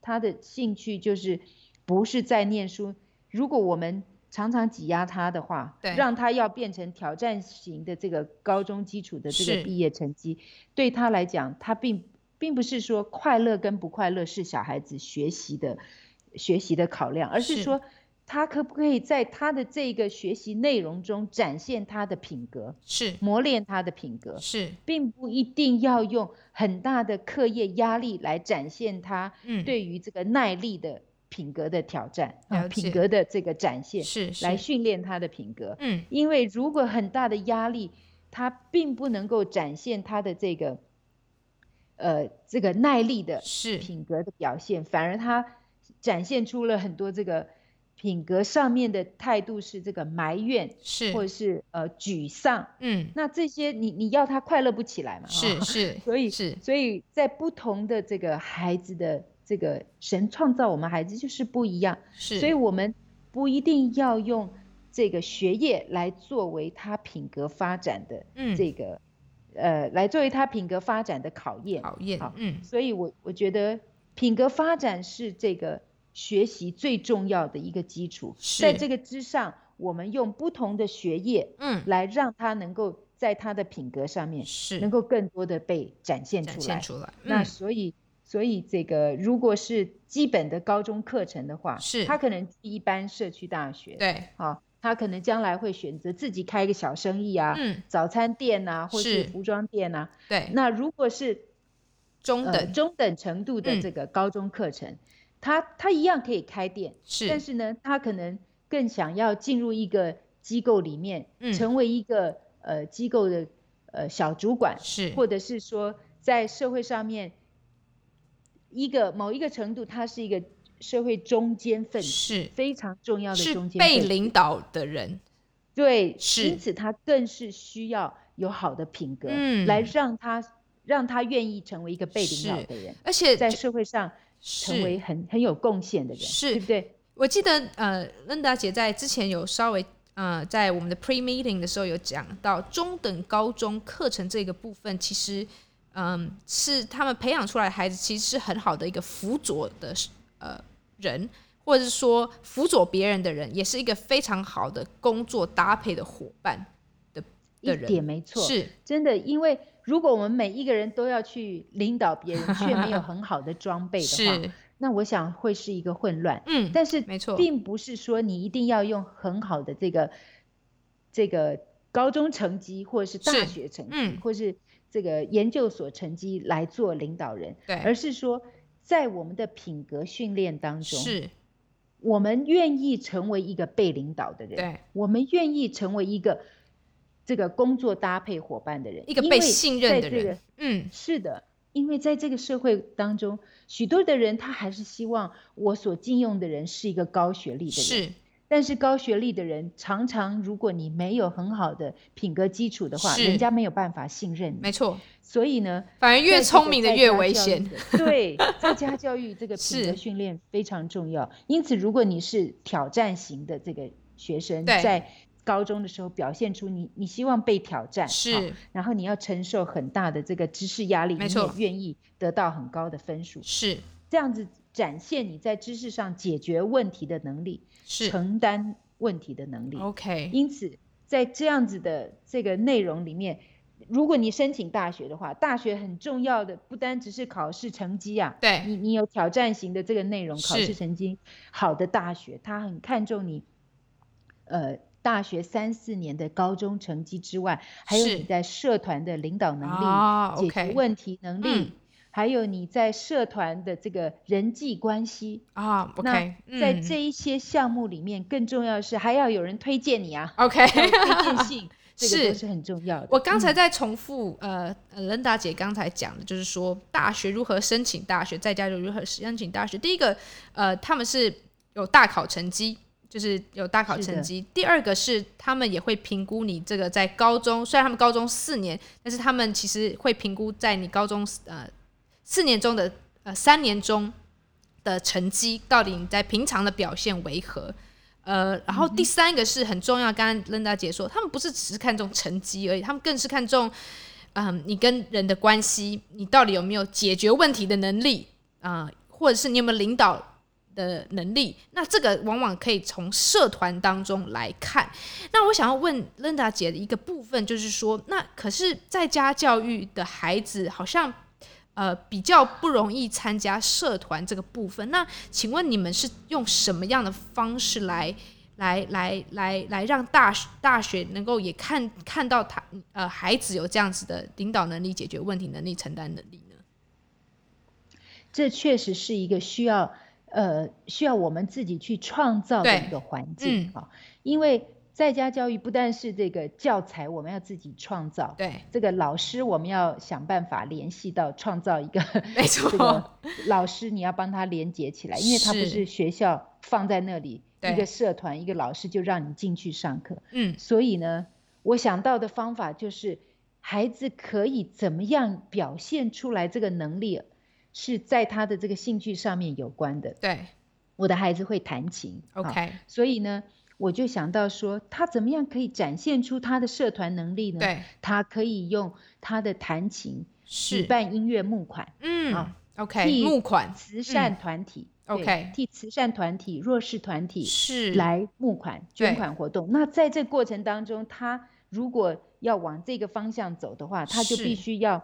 Speaker 2: 他的兴趣就是不是在念书，如果我们常常挤压他的话，
Speaker 1: 对
Speaker 2: 让他要变成挑战型的这个高中基础的这
Speaker 1: 是
Speaker 2: 个毕业成绩，对他来讲，他并并不是说快乐跟不快乐是小孩子学习的学习的考量，而
Speaker 1: 是
Speaker 2: 是说。他可不可以在他的这个学习内容中展现他的品格，
Speaker 1: 是
Speaker 2: 磨练他的品格？
Speaker 1: 是，
Speaker 2: 并不一定要用很大的课业压力来展现他
Speaker 1: 嗯，
Speaker 2: 对于这个耐力的品格的挑战，
Speaker 1: 了
Speaker 2: 啊，
Speaker 1: 解
Speaker 2: 品格的这个展现，
Speaker 1: 是是，
Speaker 2: 来训练他的品格。
Speaker 1: 嗯，
Speaker 2: 因为如果很大的压力，他并不能够展现他的这个，呃，这个耐力的
Speaker 1: 是
Speaker 2: 品格的表现，反而他展现出了很多这个品格上面的态度是这个埋怨，
Speaker 1: 是，
Speaker 2: 或者是呃沮丧，
Speaker 1: 嗯，
Speaker 2: 那这些你你要他快乐不起来嘛？
Speaker 1: 是
Speaker 2: 啊
Speaker 1: 是，
Speaker 2: 所以
Speaker 1: 是
Speaker 2: 所以在不同的这个孩子的这个神创造我们孩子就是不一样，
Speaker 1: 是，
Speaker 2: 所以我们不一定要用这个学业来作为他品格发展的
Speaker 1: 嗯，
Speaker 2: 这个、呃来作为他品格发展的考验。
Speaker 1: 讨厌
Speaker 2: 好，
Speaker 1: 嗯，
Speaker 2: 所以我我觉得品格发展是这个学习最重要的一个基础，
Speaker 1: 是
Speaker 2: 在这个之上，我们用不同的学业
Speaker 1: 嗯，
Speaker 2: 来让他能够在他的品格上面
Speaker 1: 是
Speaker 2: 能够更多的被展现
Speaker 1: 展
Speaker 2: 出
Speaker 1: 现
Speaker 2: 来。
Speaker 1: 出来，
Speaker 2: 那
Speaker 1: 嗯
Speaker 2: 所以，所以这个如果是基本的高中课程的话，
Speaker 1: 是
Speaker 2: 他可能去一般社区大学，
Speaker 1: 对，
Speaker 2: 啊，他可能将来会选择自己开一个小生意啊，
Speaker 1: 嗯，
Speaker 2: 早餐店啊，或
Speaker 1: 是
Speaker 2: 是服装店啊。
Speaker 1: 对，
Speaker 2: 那如果是
Speaker 1: 中
Speaker 2: 呃
Speaker 1: 等
Speaker 2: 中等程度的
Speaker 1: 嗯
Speaker 2: 这个高中课程，他他一样可以开店，但
Speaker 1: 是
Speaker 2: 是呢，他可能更想要进入一个机构里面，
Speaker 1: 嗯
Speaker 2: 成为一个呃机构的呃小主管，
Speaker 1: 是，
Speaker 2: 或者是说在社会上面一个某一个程度，他是一个社会中间分子，
Speaker 1: 是
Speaker 2: 非常重要的
Speaker 1: 是
Speaker 2: 中间
Speaker 1: 被
Speaker 2: 分子。
Speaker 1: 领导的人，
Speaker 2: 对，
Speaker 1: 是
Speaker 2: 因此他更是需要有好的品格，
Speaker 1: 嗯
Speaker 2: 来让他让他愿意成为一个被领导
Speaker 1: 是
Speaker 2: 的人，
Speaker 1: 而且
Speaker 2: 在
Speaker 1: 就是
Speaker 2: 社会上成为
Speaker 1: 是。
Speaker 2: 很很有贡献的人，
Speaker 1: 是
Speaker 2: 对不对？
Speaker 1: 我记得呃，任达姐在之前有稍微呃，在我们的 pre meeting 的时候有讲到中等高中课程这个部分，其实嗯、是他们培养出来的孩子其实是很好的一个辅佐的呃人，或者是说辅佐别人的人，也是一个非常好的工作搭配的伙伴的的
Speaker 2: 一
Speaker 1: 人，
Speaker 2: 点没错，
Speaker 1: 是
Speaker 2: 真的，因为如果我们每一个人都要去领导别人，却没有很好的装备的话，
Speaker 1: 是
Speaker 2: 那我想会是一个混乱。
Speaker 1: 嗯，
Speaker 2: 但是
Speaker 1: 没错
Speaker 2: 并不是说你一定要用很好的这个这个高中成绩或者是大学成绩，
Speaker 1: 嗯
Speaker 2: 或是这个研究所成绩来做领导人，
Speaker 1: 对，
Speaker 2: 而是说在我们的品格训练当中，
Speaker 1: 是，
Speaker 2: 我们愿意成为一个被领导的人，
Speaker 1: 对，
Speaker 2: 我们愿意成为一个这个工作搭配伙伴的人，
Speaker 1: 一个
Speaker 2: 因
Speaker 1: 被
Speaker 2: 为
Speaker 1: 信任
Speaker 2: 在
Speaker 1: 的
Speaker 2: 这个
Speaker 1: 人嗯，
Speaker 2: 是的，因为在这个社会当中，许多的人他还是希望我所禁用的人是一个高学历的人。
Speaker 1: 是
Speaker 2: 但是高学历的人，常常如果你没有很好的品格基础的话，
Speaker 1: 是
Speaker 2: 人家没有办法信任
Speaker 1: 没
Speaker 2: 你。
Speaker 1: 错，
Speaker 2: 所以呢，
Speaker 1: 反而
Speaker 2: 在
Speaker 1: 越
Speaker 2: 这
Speaker 1: 聪
Speaker 2: 个
Speaker 1: 明的
Speaker 2: 在
Speaker 1: 越
Speaker 2: 家
Speaker 1: 危
Speaker 2: 教育
Speaker 1: 险，
Speaker 2: 的。对，在家教育这个品
Speaker 1: 是
Speaker 2: 格训练非常重要。因此，如果你是挑战型的这个学生，
Speaker 1: 对
Speaker 2: 在高中的时候表现出你你希望被挑战，好
Speaker 1: 是
Speaker 2: 然后你要承受很大的这个知识压力，
Speaker 1: 没
Speaker 2: 你
Speaker 1: 错
Speaker 2: 也愿意得到很高的分数，
Speaker 1: 是
Speaker 2: 这样子展现你在知识上解决问题的能力，
Speaker 1: 是哦
Speaker 2: 承担问题的能力。
Speaker 1: ，OK，
Speaker 2: 因此，在这样子的这个内容里面，如果你申请大学的话，大学很重要的不单只是考试成绩啊，
Speaker 1: 对，
Speaker 2: 你你有挑战型的这个内容，考
Speaker 1: 是
Speaker 2: 试成绩好的大学，它很看重你，呃，大学三四年的高中成绩之外，还有
Speaker 1: 是
Speaker 2: 你在社团的领导能力、
Speaker 1: 啊
Speaker 2: 解
Speaker 1: ，OK
Speaker 2: 决问题能力，
Speaker 1: 嗯
Speaker 2: 还有你在社团的这个人际关系。
Speaker 1: 啊，OK，
Speaker 2: 那在
Speaker 1: 嗯
Speaker 2: 这一些项目里面，更重要的是还要有人推荐你啊，
Speaker 1: OK，，
Speaker 2: 还有推荐信 这个都
Speaker 1: 是
Speaker 2: 是很重要的。嗯
Speaker 1: 我刚才在重复，呃，呃任大姐刚才讲的，就是说大学如何申请大学，在家就如何申请大学。第一个，呃，他们是有大考成绩，就是有大考
Speaker 2: 是的
Speaker 1: 成绩；第二个是他们也会评估你这个在高中，虽然他们高中四年，但是他们其实会评估在你高中呃四年中的呃三年中的成绩，到底你在平常的表现为何？呃，然
Speaker 2: 嗯
Speaker 1: 后第三个是很重要，刚刚 Linda 姐说，他们不是只是看重成绩而已，他们更是看重，嗯，你跟人的关系，你到底有没有解决问题的能力啊、或者是你有没有领导的能力？那这个往往可以从社团当中来看。那我想要问 Linda 姐的一个部分，就是说，那可是在家教育的孩子好像。呃，比较不容易参加社团这个部分。那请问你们是用什么样的方式来来来来来让大学大学能够也看看到他呃孩子有这样子的领导能力、解决问题能力、承担能力呢？
Speaker 2: 这确实是一个需要呃需要我们自己去创造的
Speaker 1: 对嗯
Speaker 2: 一个环境啊、因为在家教育不但是这个教材我们要自己创造，
Speaker 1: 对，
Speaker 2: 这个老师我们要想办法联系到创造一个
Speaker 1: 没
Speaker 2: 这个
Speaker 1: 错，
Speaker 2: 老师你要帮他连接起来，因为他不
Speaker 1: 是
Speaker 2: 是学校放在那里
Speaker 1: 对
Speaker 2: 一个社团一个老师就让你进去上课，
Speaker 1: 嗯，
Speaker 2: 所以呢，我想到的方法就是，孩子可以怎么样表现出来这个能力，是在他的这个兴趣上面有关的。
Speaker 1: 对
Speaker 2: 我的孩子会弹琴啊
Speaker 1: ，OK，
Speaker 2: 所以呢，我就想到说，他怎么样可以展现出他的社团能力呢？，
Speaker 1: 对，
Speaker 2: 他可以用他的弹琴举
Speaker 1: 是，
Speaker 2: 办音乐募款，
Speaker 1: 嗯
Speaker 2: 啊
Speaker 1: ，OK，
Speaker 2: 替
Speaker 1: 募款
Speaker 2: 慈善团体、对
Speaker 1: 嗯 OK
Speaker 2: 替慈善团体、弱势团体
Speaker 1: 是
Speaker 2: 来募款捐
Speaker 1: 对
Speaker 2: 款活动。那在这过程当中，他如果要往这个方向走的话，他就是必须要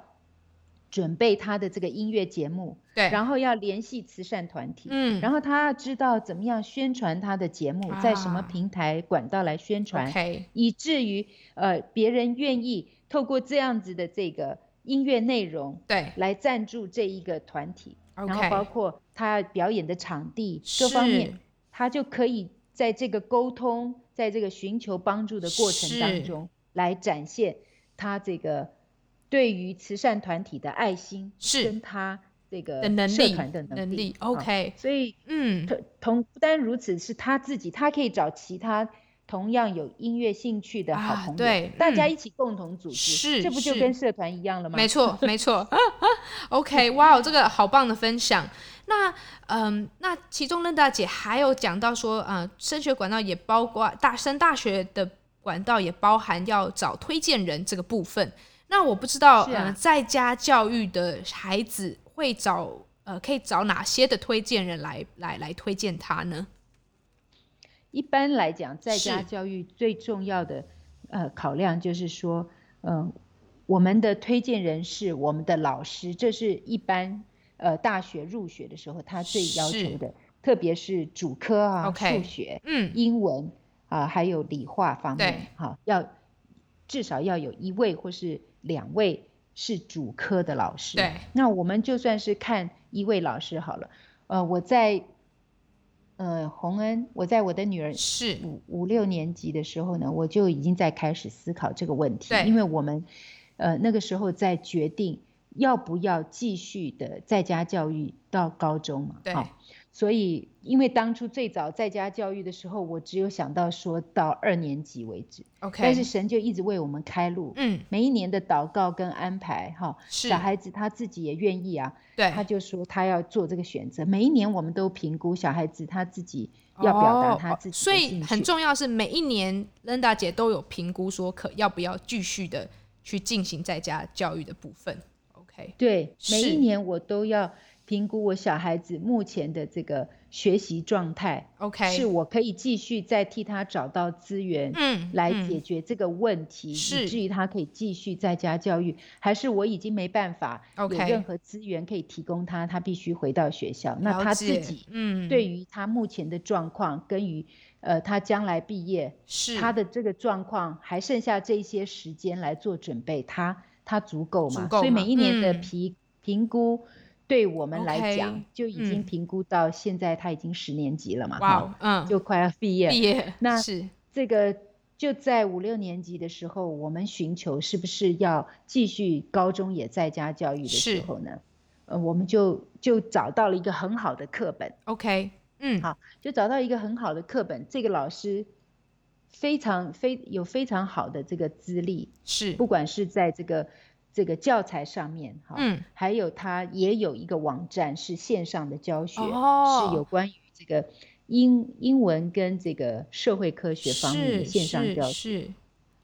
Speaker 2: 准备他的这个音乐节目，
Speaker 1: 对，
Speaker 2: 然后要联系慈善团体，
Speaker 1: 嗯，
Speaker 2: 然后他要知道怎么样宣传他的节目，在什
Speaker 1: 啊
Speaker 2: 么平台管道来宣传，
Speaker 1: OK，
Speaker 2: 以至于呃别人愿意透过这样子的这个音乐内容
Speaker 1: 对
Speaker 2: 来赞助这一个团体。然后包
Speaker 1: ，OK，
Speaker 2: 括他表演的场地各方
Speaker 1: 是
Speaker 2: 面，他就可以在这个沟通，在这个寻求帮助的过程
Speaker 1: 是
Speaker 2: 当中，来展现他这个对于慈善团体的爱心，
Speaker 1: 是
Speaker 2: 跟他这个
Speaker 1: 的能
Speaker 2: 社
Speaker 1: 力
Speaker 2: 团的
Speaker 1: 能力
Speaker 2: 力。啊
Speaker 1: ，OK，
Speaker 2: 所以
Speaker 1: 嗯，
Speaker 2: 同同不单如此，是他自己，他可以找其他。同样有音乐兴趣的好
Speaker 1: 啊
Speaker 2: 朋友，
Speaker 1: 对
Speaker 2: 大家
Speaker 1: 嗯
Speaker 2: 一起共同组织，
Speaker 1: 是
Speaker 2: 这不就是跟社团一样了吗？
Speaker 1: 没 错，没错。OK，哇、哦，这个好棒的分享。那嗯，那其中任大姐还有讲到说，呃，升学管道也包括大升大学的管道也包含要找推荐人这个部分。那我不知道，
Speaker 2: 是啊
Speaker 1: 呃，在家教育的孩子会找呃，可以找哪些的推荐人来来来推荐他呢？
Speaker 2: 一般来讲，在家
Speaker 1: 是
Speaker 2: 教育最重要的呃考量就是说，嗯、我们的推荐人是我们的老师，这是一般呃大学入学的时候他最要
Speaker 1: 是
Speaker 2: 求的，特别是主科啊、
Speaker 1: OK
Speaker 2: 数学、
Speaker 1: 嗯，
Speaker 2: 英文啊、还有理化方
Speaker 1: 对
Speaker 2: 面，哈、要至少要有一位或是两位是主科的老师。
Speaker 1: 对，
Speaker 2: 那我们就算是看一位老师好了，呃，我在呃洪恩，我在我的女儿
Speaker 1: 是
Speaker 2: 五五六年级的时候呢，我就已经在开始思考这个问题
Speaker 1: 对，
Speaker 2: 因为我们呃那个时候在决定要不要继续的在家教育到高中嘛，
Speaker 1: 对
Speaker 2: 啊所以因为当初最早在家教育的时候，我只有想到说到二年级为止，
Speaker 1: OK，
Speaker 2: 但是神就一直为我们开路，
Speaker 1: 嗯
Speaker 2: 每一年的祷告跟安排哈。
Speaker 1: 是哎
Speaker 2: 小孩子他自己也愿意啊，
Speaker 1: 对
Speaker 2: 他就说他要做这个选择。每一年我们都评估小孩子他自己要表达他自己的
Speaker 1: 哦所以
Speaker 2: 兴
Speaker 1: 很
Speaker 2: 趣
Speaker 1: 重要是每一年 Linda 姐都有评估说可要不要继续的去进行在家教育的部分。OK，
Speaker 2: 对，每
Speaker 1: 是
Speaker 2: 一年我都要评估我小孩子目前的这个学习状态
Speaker 1: OK，
Speaker 2: 是我可以继续再替他找到资
Speaker 1: 哎
Speaker 2: 源。
Speaker 1: 嗯
Speaker 2: 来
Speaker 1: 嗯
Speaker 2: 解决这个问题，
Speaker 1: 是
Speaker 2: 以至于他可以继续在家教育，还是我已经没办法
Speaker 1: 嗯 OK
Speaker 2: 有任何资源可以提供他，他必须回到学校。那
Speaker 1: 了
Speaker 2: 他
Speaker 1: 解
Speaker 2: 自己
Speaker 1: 嗯
Speaker 2: 对于他目前的状况，跟于呃他将来毕业
Speaker 1: 是
Speaker 2: 他的这个状况，还剩下这些时间来做准备，他他足够吗？
Speaker 1: 足够
Speaker 2: 所以
Speaker 1: 吗
Speaker 2: 每一年的
Speaker 1: 嗯
Speaker 2: 评、评估，对我们来讲
Speaker 1: OK，
Speaker 2: 就已经
Speaker 1: 嗯
Speaker 2: 评估到现在他已经十年级了嘛，
Speaker 1: 哇
Speaker 2: 哈
Speaker 1: 哦嗯
Speaker 2: 就快要毕业。
Speaker 1: 毕业
Speaker 2: 那
Speaker 1: 是
Speaker 2: 这个就在五六年级的时候，我们寻求是不是要继续高中也在家教育的
Speaker 1: 是
Speaker 2: 时候呢？呃，我们就就找到了一个很好的课本。
Speaker 1: OK 嗯
Speaker 2: 好就找到一个很好的课本，这个老师非常非有非常好的这个资历，
Speaker 1: 是
Speaker 2: 不管是在这个这个教材上面哈，
Speaker 1: 嗯
Speaker 2: 还有他也有一个网站是线上的教学，
Speaker 1: 哦
Speaker 2: 是有关于这个英英文跟这个社会科学方面的
Speaker 1: 是
Speaker 2: 线上教
Speaker 1: 是
Speaker 2: 学。
Speaker 1: 是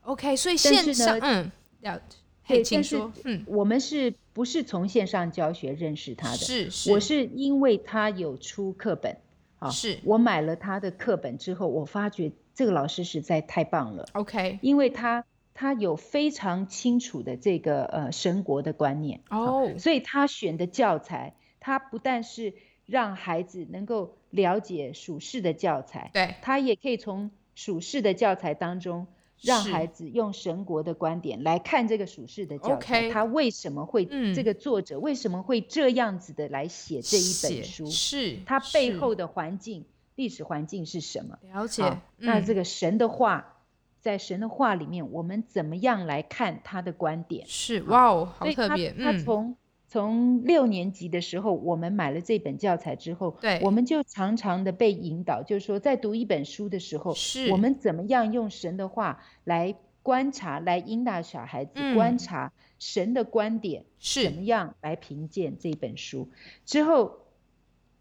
Speaker 1: OK，所以
Speaker 2: 但
Speaker 1: 线
Speaker 2: 是
Speaker 1: 上
Speaker 2: 呢
Speaker 1: 嗯了嘿，
Speaker 2: 对，
Speaker 1: 请
Speaker 2: 但是
Speaker 1: 说嗯
Speaker 2: 我们是不是从线上教学认识他的？
Speaker 1: 是是
Speaker 2: 我是因为他有出课本，啊，
Speaker 1: 是
Speaker 2: 我买了他的课本之后，我发觉这个老师实在太棒了，
Speaker 1: OK
Speaker 2: 因为他他有非常清楚的这个呃神国的观念，
Speaker 1: 哦
Speaker 2: 所以他选的教材，他不但是让孩子能够了解属世的教材，
Speaker 1: 对
Speaker 2: 他也可以从属世的教材当中。让
Speaker 1: 是
Speaker 2: 孩子用神国的观点来看这个属世的教材
Speaker 1: OK
Speaker 2: 他为什么会、
Speaker 1: 嗯
Speaker 2: 这个作者为什么会这样子的来写这一
Speaker 1: 写
Speaker 2: 本书？
Speaker 1: 是
Speaker 2: 它背
Speaker 1: 是
Speaker 2: 后的环境、历史环境是什么？
Speaker 1: 了解
Speaker 2: 好，那
Speaker 1: 嗯
Speaker 2: 这个神的话，在神的话里面，我们怎么样来看他的观点？
Speaker 1: 是哇哦，好
Speaker 2: 所以
Speaker 1: 特
Speaker 2: 他
Speaker 1: 别，
Speaker 2: 他
Speaker 1: 嗯，
Speaker 2: 从从六年级的时候，我们买了这本教材之后，
Speaker 1: 对
Speaker 2: 我们就常常的被引导，就是说，在读一本书的时候，
Speaker 1: 是
Speaker 2: 我们怎么样用神的话来观察，来引导小孩子
Speaker 1: 嗯
Speaker 2: 观察神的观点。怎
Speaker 1: 是
Speaker 2: 么样来评鉴这本书。之后，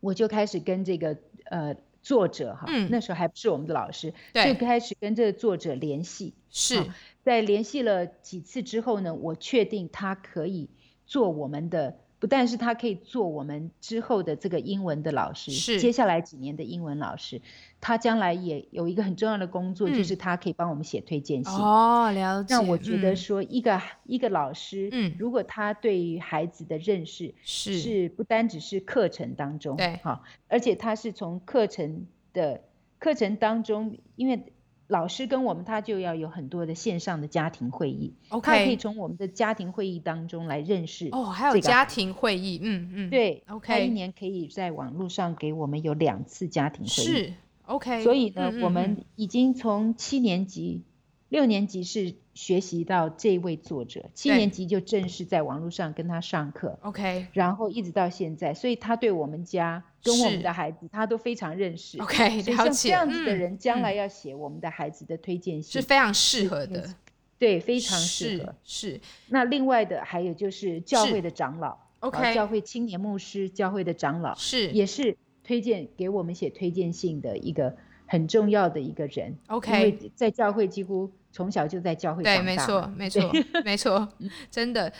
Speaker 2: 我就开始跟这个呃作者哈，
Speaker 1: 嗯
Speaker 2: 那时候还不是我们的老师，
Speaker 1: 对
Speaker 2: 就开始跟这个作者联系。
Speaker 1: 是
Speaker 2: 啊在联系了几次之后呢，我确定他可以做我们的。不但是他可以做我们之后的这个英文的老师，
Speaker 1: 是
Speaker 2: 接下来几年的英文老师，他将来也有一个很重要的工作，
Speaker 1: 嗯
Speaker 2: 就是他可以帮我们写推荐信。
Speaker 1: 哦，了解，
Speaker 2: 那我觉得
Speaker 1: 嗯
Speaker 2: 说，一个、一个老师，
Speaker 1: 嗯
Speaker 2: 如果他对于孩子的认识
Speaker 1: 是
Speaker 2: 不单只是课程当中，
Speaker 1: 对
Speaker 2: 哈，而且他是从课程的课程当中，因为老师跟我们他就要有很多的线上的家庭会议他也可以
Speaker 1: OK，
Speaker 2: 从我们的家庭会议当中来认识
Speaker 1: 哦，还有
Speaker 2: 这个
Speaker 1: 家
Speaker 2: 孩
Speaker 1: 庭会议，嗯嗯，
Speaker 2: 对他一
Speaker 1: ，OK，
Speaker 2: 年可以在网络上给我们有两次家庭会议，
Speaker 1: 是 OK，
Speaker 2: 所以呢，
Speaker 1: 嗯
Speaker 2: 我
Speaker 1: 嗯
Speaker 2: 们已经从七年级、六年级是学习到这位作者，七
Speaker 1: 对
Speaker 2: 年级就正式在网络上跟他上课，
Speaker 1: OK
Speaker 2: 然后一直到现在，所以他对我们家跟我
Speaker 1: 是
Speaker 2: 们的孩子，他都非常认识。
Speaker 1: OK，
Speaker 2: 所以
Speaker 1: 了
Speaker 2: 像
Speaker 1: 解，
Speaker 2: 这样子的
Speaker 1: 嗯
Speaker 2: 人，
Speaker 1: 嗯
Speaker 2: 将来要写我们的孩子的推荐
Speaker 1: 是
Speaker 2: 信，
Speaker 1: 非常适合
Speaker 2: 没
Speaker 1: 的
Speaker 2: 错，对，非常适合。
Speaker 1: 是是
Speaker 2: 那另外的还有就是教
Speaker 1: 是
Speaker 2: 会的长老啊
Speaker 1: OK
Speaker 2: 教会青年牧师、教会的长老，
Speaker 1: 是
Speaker 2: 也是推荐给我们写推荐信的一个很重要的一个人。因
Speaker 1: OK，
Speaker 2: 为在教会几乎从小就在教会
Speaker 1: 对，
Speaker 2: 长
Speaker 1: 没
Speaker 2: 大
Speaker 1: 错
Speaker 2: 嘛，
Speaker 1: 没错， 没错，真的，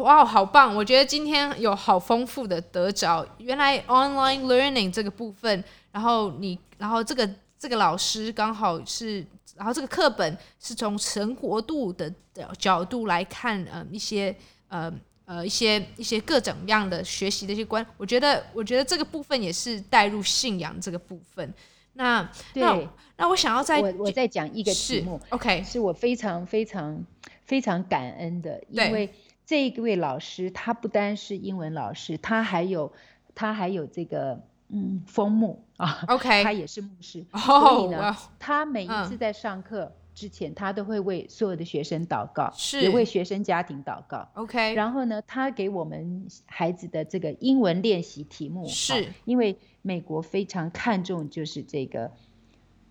Speaker 1: 哇，好棒！我觉得今天有好丰富的得着。原来 online learning 这个部分，然后你，然后这个这个老师刚好是，然后这个课本是从神国度的的角度来看，呃，一些呃。呃，一些一些各种样的学习的一些观，我觉得，我觉得这个部分也是带入信仰这个部分。那那
Speaker 2: 对，
Speaker 1: 那我想要再
Speaker 2: 我我再讲一个
Speaker 1: 是
Speaker 2: 题目，
Speaker 1: OK
Speaker 2: 是我非常非常非常感恩的，
Speaker 1: 对
Speaker 2: 因为这一位老师他不单是英文老师，他还有他还有这个嗯风木啊，他
Speaker 1: ，OK，
Speaker 2: 也是牧师，所
Speaker 1: 哦，
Speaker 2: 以
Speaker 1: 哇
Speaker 2: 呢，，他每一次
Speaker 1: 嗯
Speaker 2: 在上课之前，他都会为所有的学生祷告，
Speaker 1: 是
Speaker 2: 也为学生家庭祷告。
Speaker 1: OK，
Speaker 2: 然后呢，他给我们孩子的这个英文练习题目，
Speaker 1: 是
Speaker 2: 啊因为美国非常看重就是这个，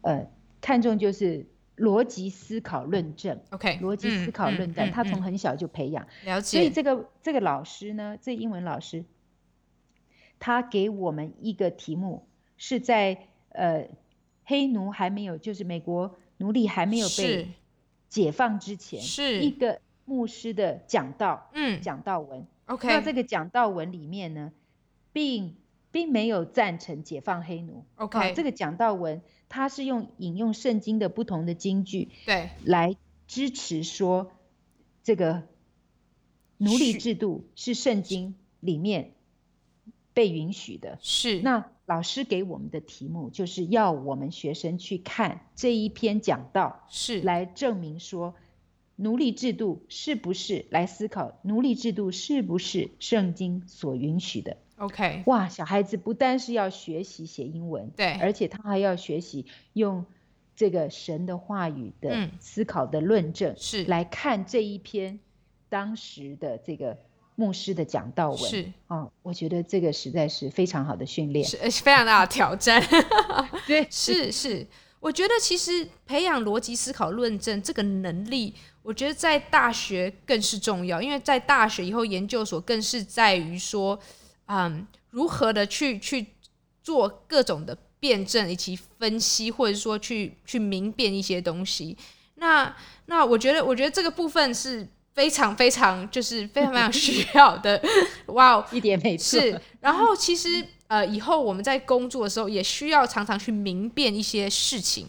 Speaker 2: 呃，看重就是逻辑思考论证，
Speaker 1: OK，
Speaker 2: 逻辑思考论证，
Speaker 1: 嗯嗯
Speaker 2: 他从
Speaker 1: 嗯
Speaker 2: 很小就培养。
Speaker 1: 了
Speaker 2: 所以
Speaker 1: 解，
Speaker 2: 这个这个老师呢，这英文老师，他给我们一个题目，是在呃黑奴还没有，就是美国奴隶还没有
Speaker 1: 是
Speaker 2: 被解放之前，一
Speaker 1: 是，
Speaker 2: 个牧师的讲道
Speaker 1: 嗯
Speaker 2: 讲道文。那
Speaker 1: ，OK
Speaker 2: 这个讲道文里面呢，并并没有赞成解放黑奴。啊
Speaker 1: OK，
Speaker 2: 这个讲道文，它是用引用圣经的不同的经句，
Speaker 1: 对，
Speaker 2: 来支持说这个奴隶
Speaker 1: 是
Speaker 2: 制度是圣经里面被允许的。
Speaker 1: 是，
Speaker 2: 那老师给我们的题目就是要我们学生去看这一篇讲道，
Speaker 1: 是
Speaker 2: 来证明说奴隶制度是不是来思考奴隶制度是不是圣经所允许的。
Speaker 1: OK，
Speaker 2: 哇，小孩子不单是要学习写英文，
Speaker 1: 对
Speaker 2: 而且他还要学习用这个神的话语的
Speaker 1: 嗯
Speaker 2: 思考的论证，
Speaker 1: 是
Speaker 2: 来看这一篇当时的这个牧师的讲道文。
Speaker 1: 是
Speaker 2: 啊、我觉得这个实在是非常好的训练。啊
Speaker 1: 是呃非常大的挑战。
Speaker 2: 对，
Speaker 1: 是是，我觉得其实培养逻辑思考、论证这个能力，我觉得在大学更是重要，因为在大学以后，研究所更是在于说，嗯，如何的去去做各种的辩证以及分析，或者说去去明辨一些东西。那那我觉得，我觉得这个部分是非常非常就是非常非常需要的。 哇、哦！
Speaker 2: 一点没错。
Speaker 1: 是，然后其实呃，以后我们在工作的时候也需要常常去明辨一些事情。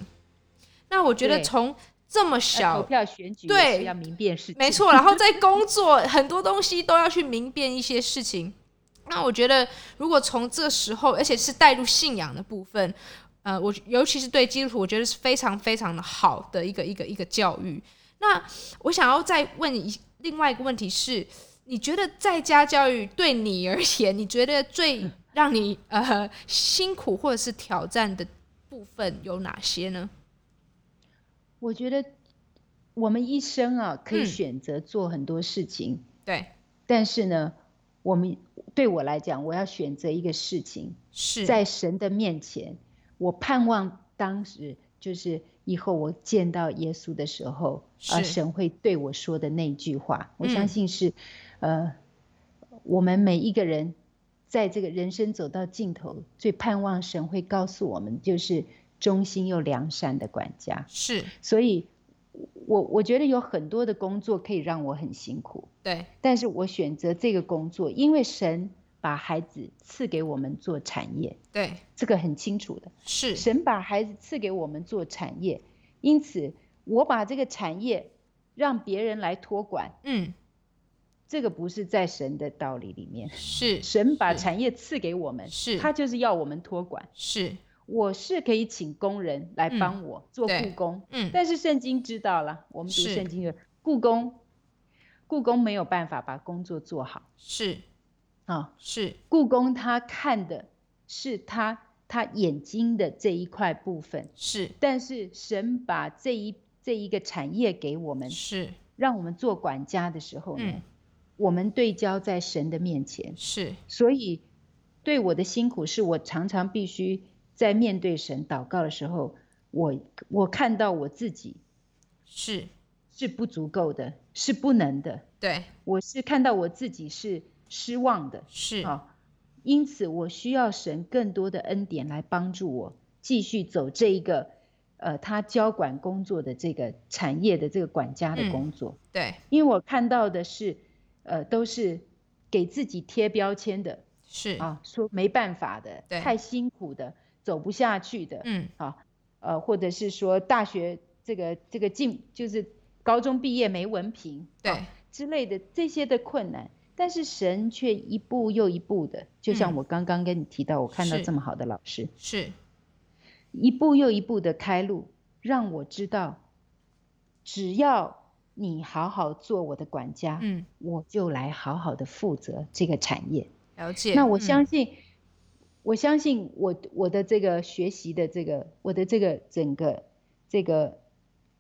Speaker 1: 那我觉得
Speaker 2: 对呃
Speaker 1: 从这么
Speaker 2: 那哎投
Speaker 1: 小，
Speaker 2: 票选举也
Speaker 1: 对
Speaker 2: 是要明辨事情。
Speaker 1: 没错，然后在工作很多东西都要去明辨一些事情。那我觉得，如果从这时候，而且是带入信仰的部分，呃，我尤其是对基督徒，我觉得是非常非常的好的一个一个一个教育。那我想要再问一另外一个问题是，你觉得在家教育对你而言，你觉得最让你呃辛苦或者是挑战的部分有哪些呢？
Speaker 2: 我觉得我们一生啊，可以
Speaker 1: 嗯
Speaker 2: 选择做很多事情，
Speaker 1: 对，
Speaker 2: 但是呢，我们对我来讲，我要选择一个事情，
Speaker 1: 是
Speaker 2: 在神的面前，我盼望当时就是以后我见到耶稣的时候，啊、
Speaker 1: 是
Speaker 2: 神会对我说的那句话，我
Speaker 1: 嗯
Speaker 2: 相信是，呃，我们每一个人在这个人生走到尽头，最盼望神会告诉我们，就是忠心又良善的管家。
Speaker 1: 是，
Speaker 2: 所以，我我觉得有很多的工作可以让我很辛苦，
Speaker 1: 对，
Speaker 2: 但是我选择这个工作，因为神把孩子赐给我们做产业，
Speaker 1: 对，
Speaker 2: 这个很清楚的。
Speaker 1: 是，
Speaker 2: 神把孩子赐给我们做产业，因此我把这个产业让别人来托管，
Speaker 1: 嗯，
Speaker 2: 这个不是在神的道理里面。
Speaker 1: 是
Speaker 2: 神把
Speaker 1: 是
Speaker 2: 产业赐给我们，
Speaker 1: 是
Speaker 2: 他就是要我们托管。
Speaker 1: 是，
Speaker 2: 我是可以请工人来
Speaker 1: 嗯
Speaker 2: 帮我做
Speaker 1: 对
Speaker 2: 雇工，
Speaker 1: 嗯，
Speaker 2: 但是圣经知道了，我们读
Speaker 1: 是
Speaker 2: 圣经的故宫，故宫没有办法把工作做好
Speaker 1: 是
Speaker 2: 啊。
Speaker 1: 是
Speaker 2: 故宫他看的是他他眼睛的这一块部分，
Speaker 1: 是
Speaker 2: 但是神把这一这一个产业给我们，
Speaker 1: 是
Speaker 2: 让我们做管家的时候呢，
Speaker 1: 嗯
Speaker 2: 嗯我们对焦在神的面前，
Speaker 1: 是
Speaker 2: 所以对我的辛苦是我常常必须在面对神祷告的时候，我我看到我自己
Speaker 1: 是，
Speaker 2: 是不足够的，是不能的，
Speaker 1: 对，
Speaker 2: 我是看到我自己是失望的
Speaker 1: 是
Speaker 2: 啊、因此我需要神更多的恩典来帮助我继续走这一个，呃，他交管工作的这个产业的这个管家的
Speaker 1: 嗯
Speaker 2: 工作，
Speaker 1: 对，
Speaker 2: 因为我看到的是，呃，都是给自己贴标签的
Speaker 1: 是，
Speaker 2: 啊，说没办法的，
Speaker 1: 对
Speaker 2: 太辛苦的，走不下去的，
Speaker 1: 嗯，
Speaker 2: 呃，或者是说大学这个这个进就是高中毕业没文凭，啊
Speaker 1: 对，
Speaker 2: 之类的这些的困难，但是神却一步又一步的，就像
Speaker 1: 嗯
Speaker 2: 我刚刚跟你提到，我看到
Speaker 1: 是
Speaker 2: 这么好的老师，
Speaker 1: 是
Speaker 2: 一步又一步的开路，让我知道，只要你好好做我的管家，
Speaker 1: 嗯，
Speaker 2: 我就来好好的负责这个产业。
Speaker 1: 了解。
Speaker 2: 那我
Speaker 1: 嗯
Speaker 2: 相信，我相信我我的这个学习的这个我的这个整个这个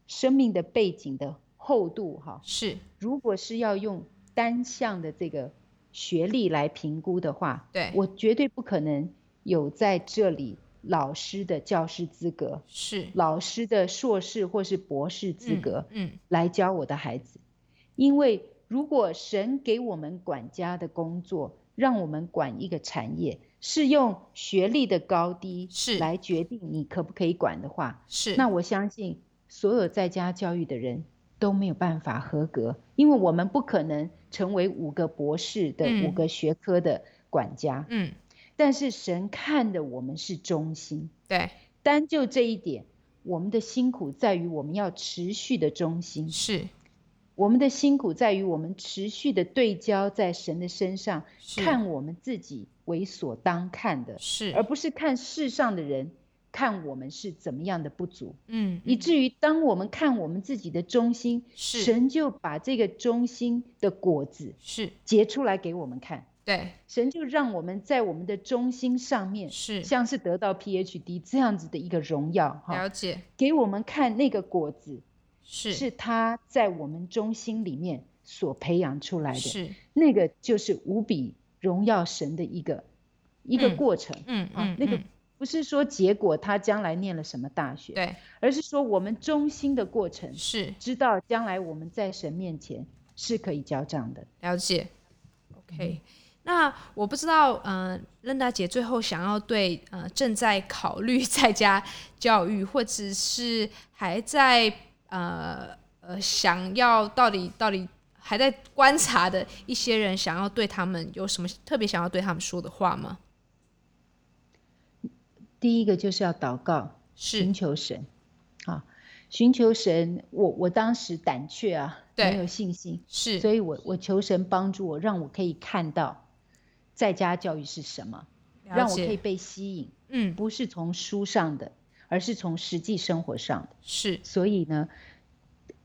Speaker 2: 生命的背景的厚度哈，
Speaker 1: 是
Speaker 2: 如果是要用单项的这个学历来评估的话，
Speaker 1: 对，
Speaker 2: 我绝对不可能有在这里老师的教师资格、
Speaker 1: 是
Speaker 2: 老师的硕士或是博士资格
Speaker 1: 嗯，嗯，
Speaker 2: 来教我的孩子，因为如果神给我们管家的工作，让我们管一个产业，是用学历的高低
Speaker 1: 是
Speaker 2: 来决定你可不可以管的话，
Speaker 1: 是
Speaker 2: 那我相信所有在家教育的人都没有办法合格，因为我们不可能成为五个博士的、
Speaker 1: 嗯
Speaker 2: 五个学科的管家。
Speaker 1: 嗯，
Speaker 2: 但是神看的我们是忠心，
Speaker 1: 对，
Speaker 2: 单就这一点，我们的辛苦在于我们要持续的忠心，
Speaker 1: 是
Speaker 2: 我们的辛苦在于我们持续的对焦在神的身上，
Speaker 1: 是
Speaker 2: 看我们自己为所当看的，而
Speaker 1: 是，
Speaker 2: 不是看世上的人看我们是怎么样的不足。
Speaker 1: 嗯，
Speaker 2: 以
Speaker 1: 嗯
Speaker 2: 至于当我们看我们自己的中心，
Speaker 1: 是
Speaker 2: 神就把这个中心的果子
Speaker 1: 是，
Speaker 2: 结出来给我们看。
Speaker 1: 对，
Speaker 2: 神就让我们在我们的中心上面，
Speaker 1: 是
Speaker 2: 像是得到 PhD 这样子的一个荣耀哈，
Speaker 1: 了解，
Speaker 2: 给我们看那个果子
Speaker 1: 是
Speaker 2: 是他在我们中心里面所培养出来的，
Speaker 1: 是，
Speaker 2: 那个就是无比荣耀神的一个一个
Speaker 1: 嗯
Speaker 2: 过程。
Speaker 1: 嗯
Speaker 2: 啊
Speaker 1: 嗯，，
Speaker 2: 那个
Speaker 1: 嗯
Speaker 2: 不是说结果他将来念了什么大学，
Speaker 1: 对，
Speaker 2: 而是说我们中心的过程，
Speaker 1: 是
Speaker 2: 知道将来我们在神面前是可以交账的。
Speaker 1: 了解。OK，那我不知道，呃，任大姐最后想要对呃正在考虑在家教育，或者是还在呃呃想要到底到底还在观察的一些人，想要对他们有什么特别想要对他们说的话吗？
Speaker 2: 第一个就是要祷告，
Speaker 1: 是
Speaker 2: 寻求神，啊，寻求神。我我当时胆怯啊，
Speaker 1: 对
Speaker 2: 没有信心，
Speaker 1: 是
Speaker 2: 所以我我求神帮助我，让我可以看到在家教育是什么，
Speaker 1: 了
Speaker 2: 让我可以
Speaker 1: 解，
Speaker 2: 被吸引，
Speaker 1: 嗯，
Speaker 2: 不是从书上的，而是从实际生活上的。
Speaker 1: 是
Speaker 2: 所以呢，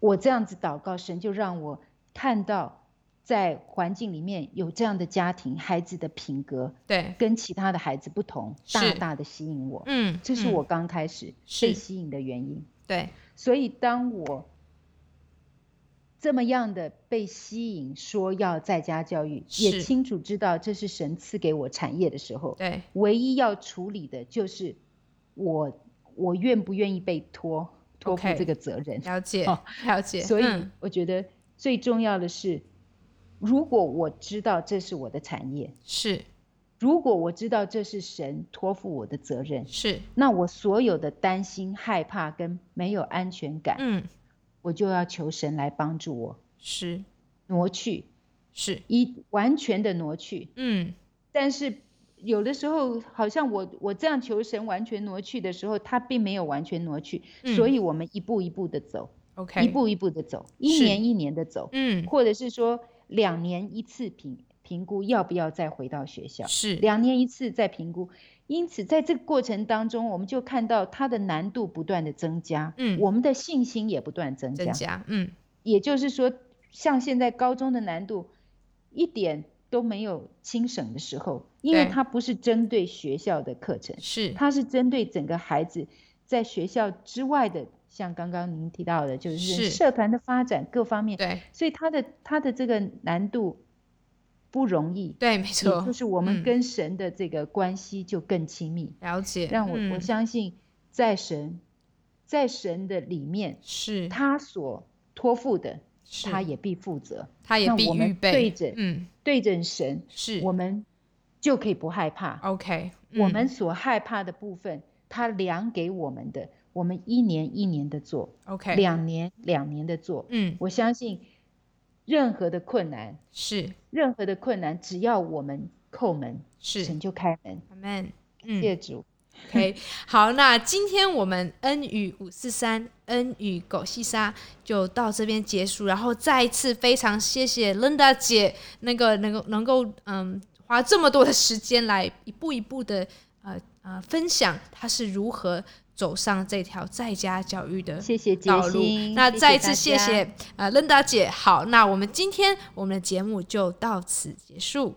Speaker 2: 我这样子祷告，神就让我看到在环境里面有这样的家庭，孩子的品格
Speaker 1: 对，
Speaker 2: 跟其他的孩子不同，
Speaker 1: 是
Speaker 2: 大大的吸引我。
Speaker 1: 嗯，
Speaker 2: 这是
Speaker 1: 嗯
Speaker 2: 我刚开始
Speaker 1: 是
Speaker 2: 被吸引的原因。
Speaker 1: 对
Speaker 2: 所以当我这么样的被吸引，说要在家教育，也
Speaker 1: 是
Speaker 2: 清楚知道这是神赐给我产业的时候，
Speaker 1: 对
Speaker 2: 唯一要处理的就是我我愿不愿意被托托付
Speaker 1: OK
Speaker 2: 这个责任。
Speaker 1: 了解
Speaker 2: 哦
Speaker 1: 了解，
Speaker 2: 所以
Speaker 1: 嗯
Speaker 2: 我觉得最重要的是，如果我知道这是我的产业，
Speaker 1: 是
Speaker 2: 如果我知道这是神托付我的责任，
Speaker 1: 是，
Speaker 2: 那我所有的担心、害怕跟没有安全感，
Speaker 1: 嗯
Speaker 2: 我就要求神来帮助我
Speaker 1: 是
Speaker 2: 挪去，
Speaker 1: 是，
Speaker 2: 一完全的挪去，
Speaker 1: 嗯
Speaker 2: 但是有的时候，好像我我这样求神完全挪去的时候，他并没有完全挪去，
Speaker 1: 嗯
Speaker 2: 所以我们一步一步的走，
Speaker 1: ，OK，
Speaker 2: 一步一步的走，一
Speaker 1: 是
Speaker 2: 年一年的走，
Speaker 1: 嗯
Speaker 2: 或者是说两年一次评评估要不要再回到学校，
Speaker 1: 是
Speaker 2: 两年一次再评估。因此，在这个过程当中，我们就看到它的难度不断的增加，
Speaker 1: 嗯
Speaker 2: 我们的信心也不断增
Speaker 1: 增加，嗯
Speaker 2: 也就是说，像现在高中的难度一点都没有轻省的时候，因为
Speaker 1: 对
Speaker 2: 它不是针对学校的课程，
Speaker 1: 是
Speaker 2: 它是针对整个孩子在学校之外的，像刚刚您提到的，就是
Speaker 1: 是
Speaker 2: 社团的发展各方面，
Speaker 1: 对
Speaker 2: 所以它的它的这个难度不容易，
Speaker 1: 对没
Speaker 2: 也
Speaker 1: 错
Speaker 2: 就，是我们
Speaker 1: 嗯
Speaker 2: 跟神的这个关系就更亲密，
Speaker 1: 了解，
Speaker 2: 让我、我
Speaker 1: 嗯
Speaker 2: 相信在神在神的里面。
Speaker 1: 是
Speaker 2: 他所托付的，
Speaker 1: 是
Speaker 2: 他也必负责。
Speaker 1: 他也
Speaker 2: 那
Speaker 1: 必
Speaker 2: 我们
Speaker 1: 预备，
Speaker 2: 对着
Speaker 1: 嗯
Speaker 2: 对准神，
Speaker 1: 是
Speaker 2: 我们就可以不害怕。
Speaker 1: OK，
Speaker 2: 我
Speaker 1: 嗯
Speaker 2: 们所害怕的部分，他量给我们的，我们一年一年的做，
Speaker 1: OK，
Speaker 2: 两年两年的做。
Speaker 1: 嗯
Speaker 2: 我相信，任何的困难，
Speaker 1: 是
Speaker 2: 任何的困难，只要我们叩门，
Speaker 1: 是
Speaker 2: 神就开门。
Speaker 1: ，Amen，
Speaker 2: 谢
Speaker 1: 嗯。
Speaker 2: 谢主，
Speaker 1: OK，好，那今天我们 N 与五四三、N 与狗细沙就到这边结束，然后再一次非常谢谢 Linda 姐那个能够能够嗯花这么多的时间来一步一步的呃啊、分享他是如何走上这条在家教育的
Speaker 2: 谢谢杰
Speaker 1: 道路。
Speaker 2: 心，
Speaker 1: 那再
Speaker 2: 大
Speaker 1: 次谢
Speaker 2: 家
Speaker 1: 谢啊任达姐。好，那我们今天我们的节目就到此结束。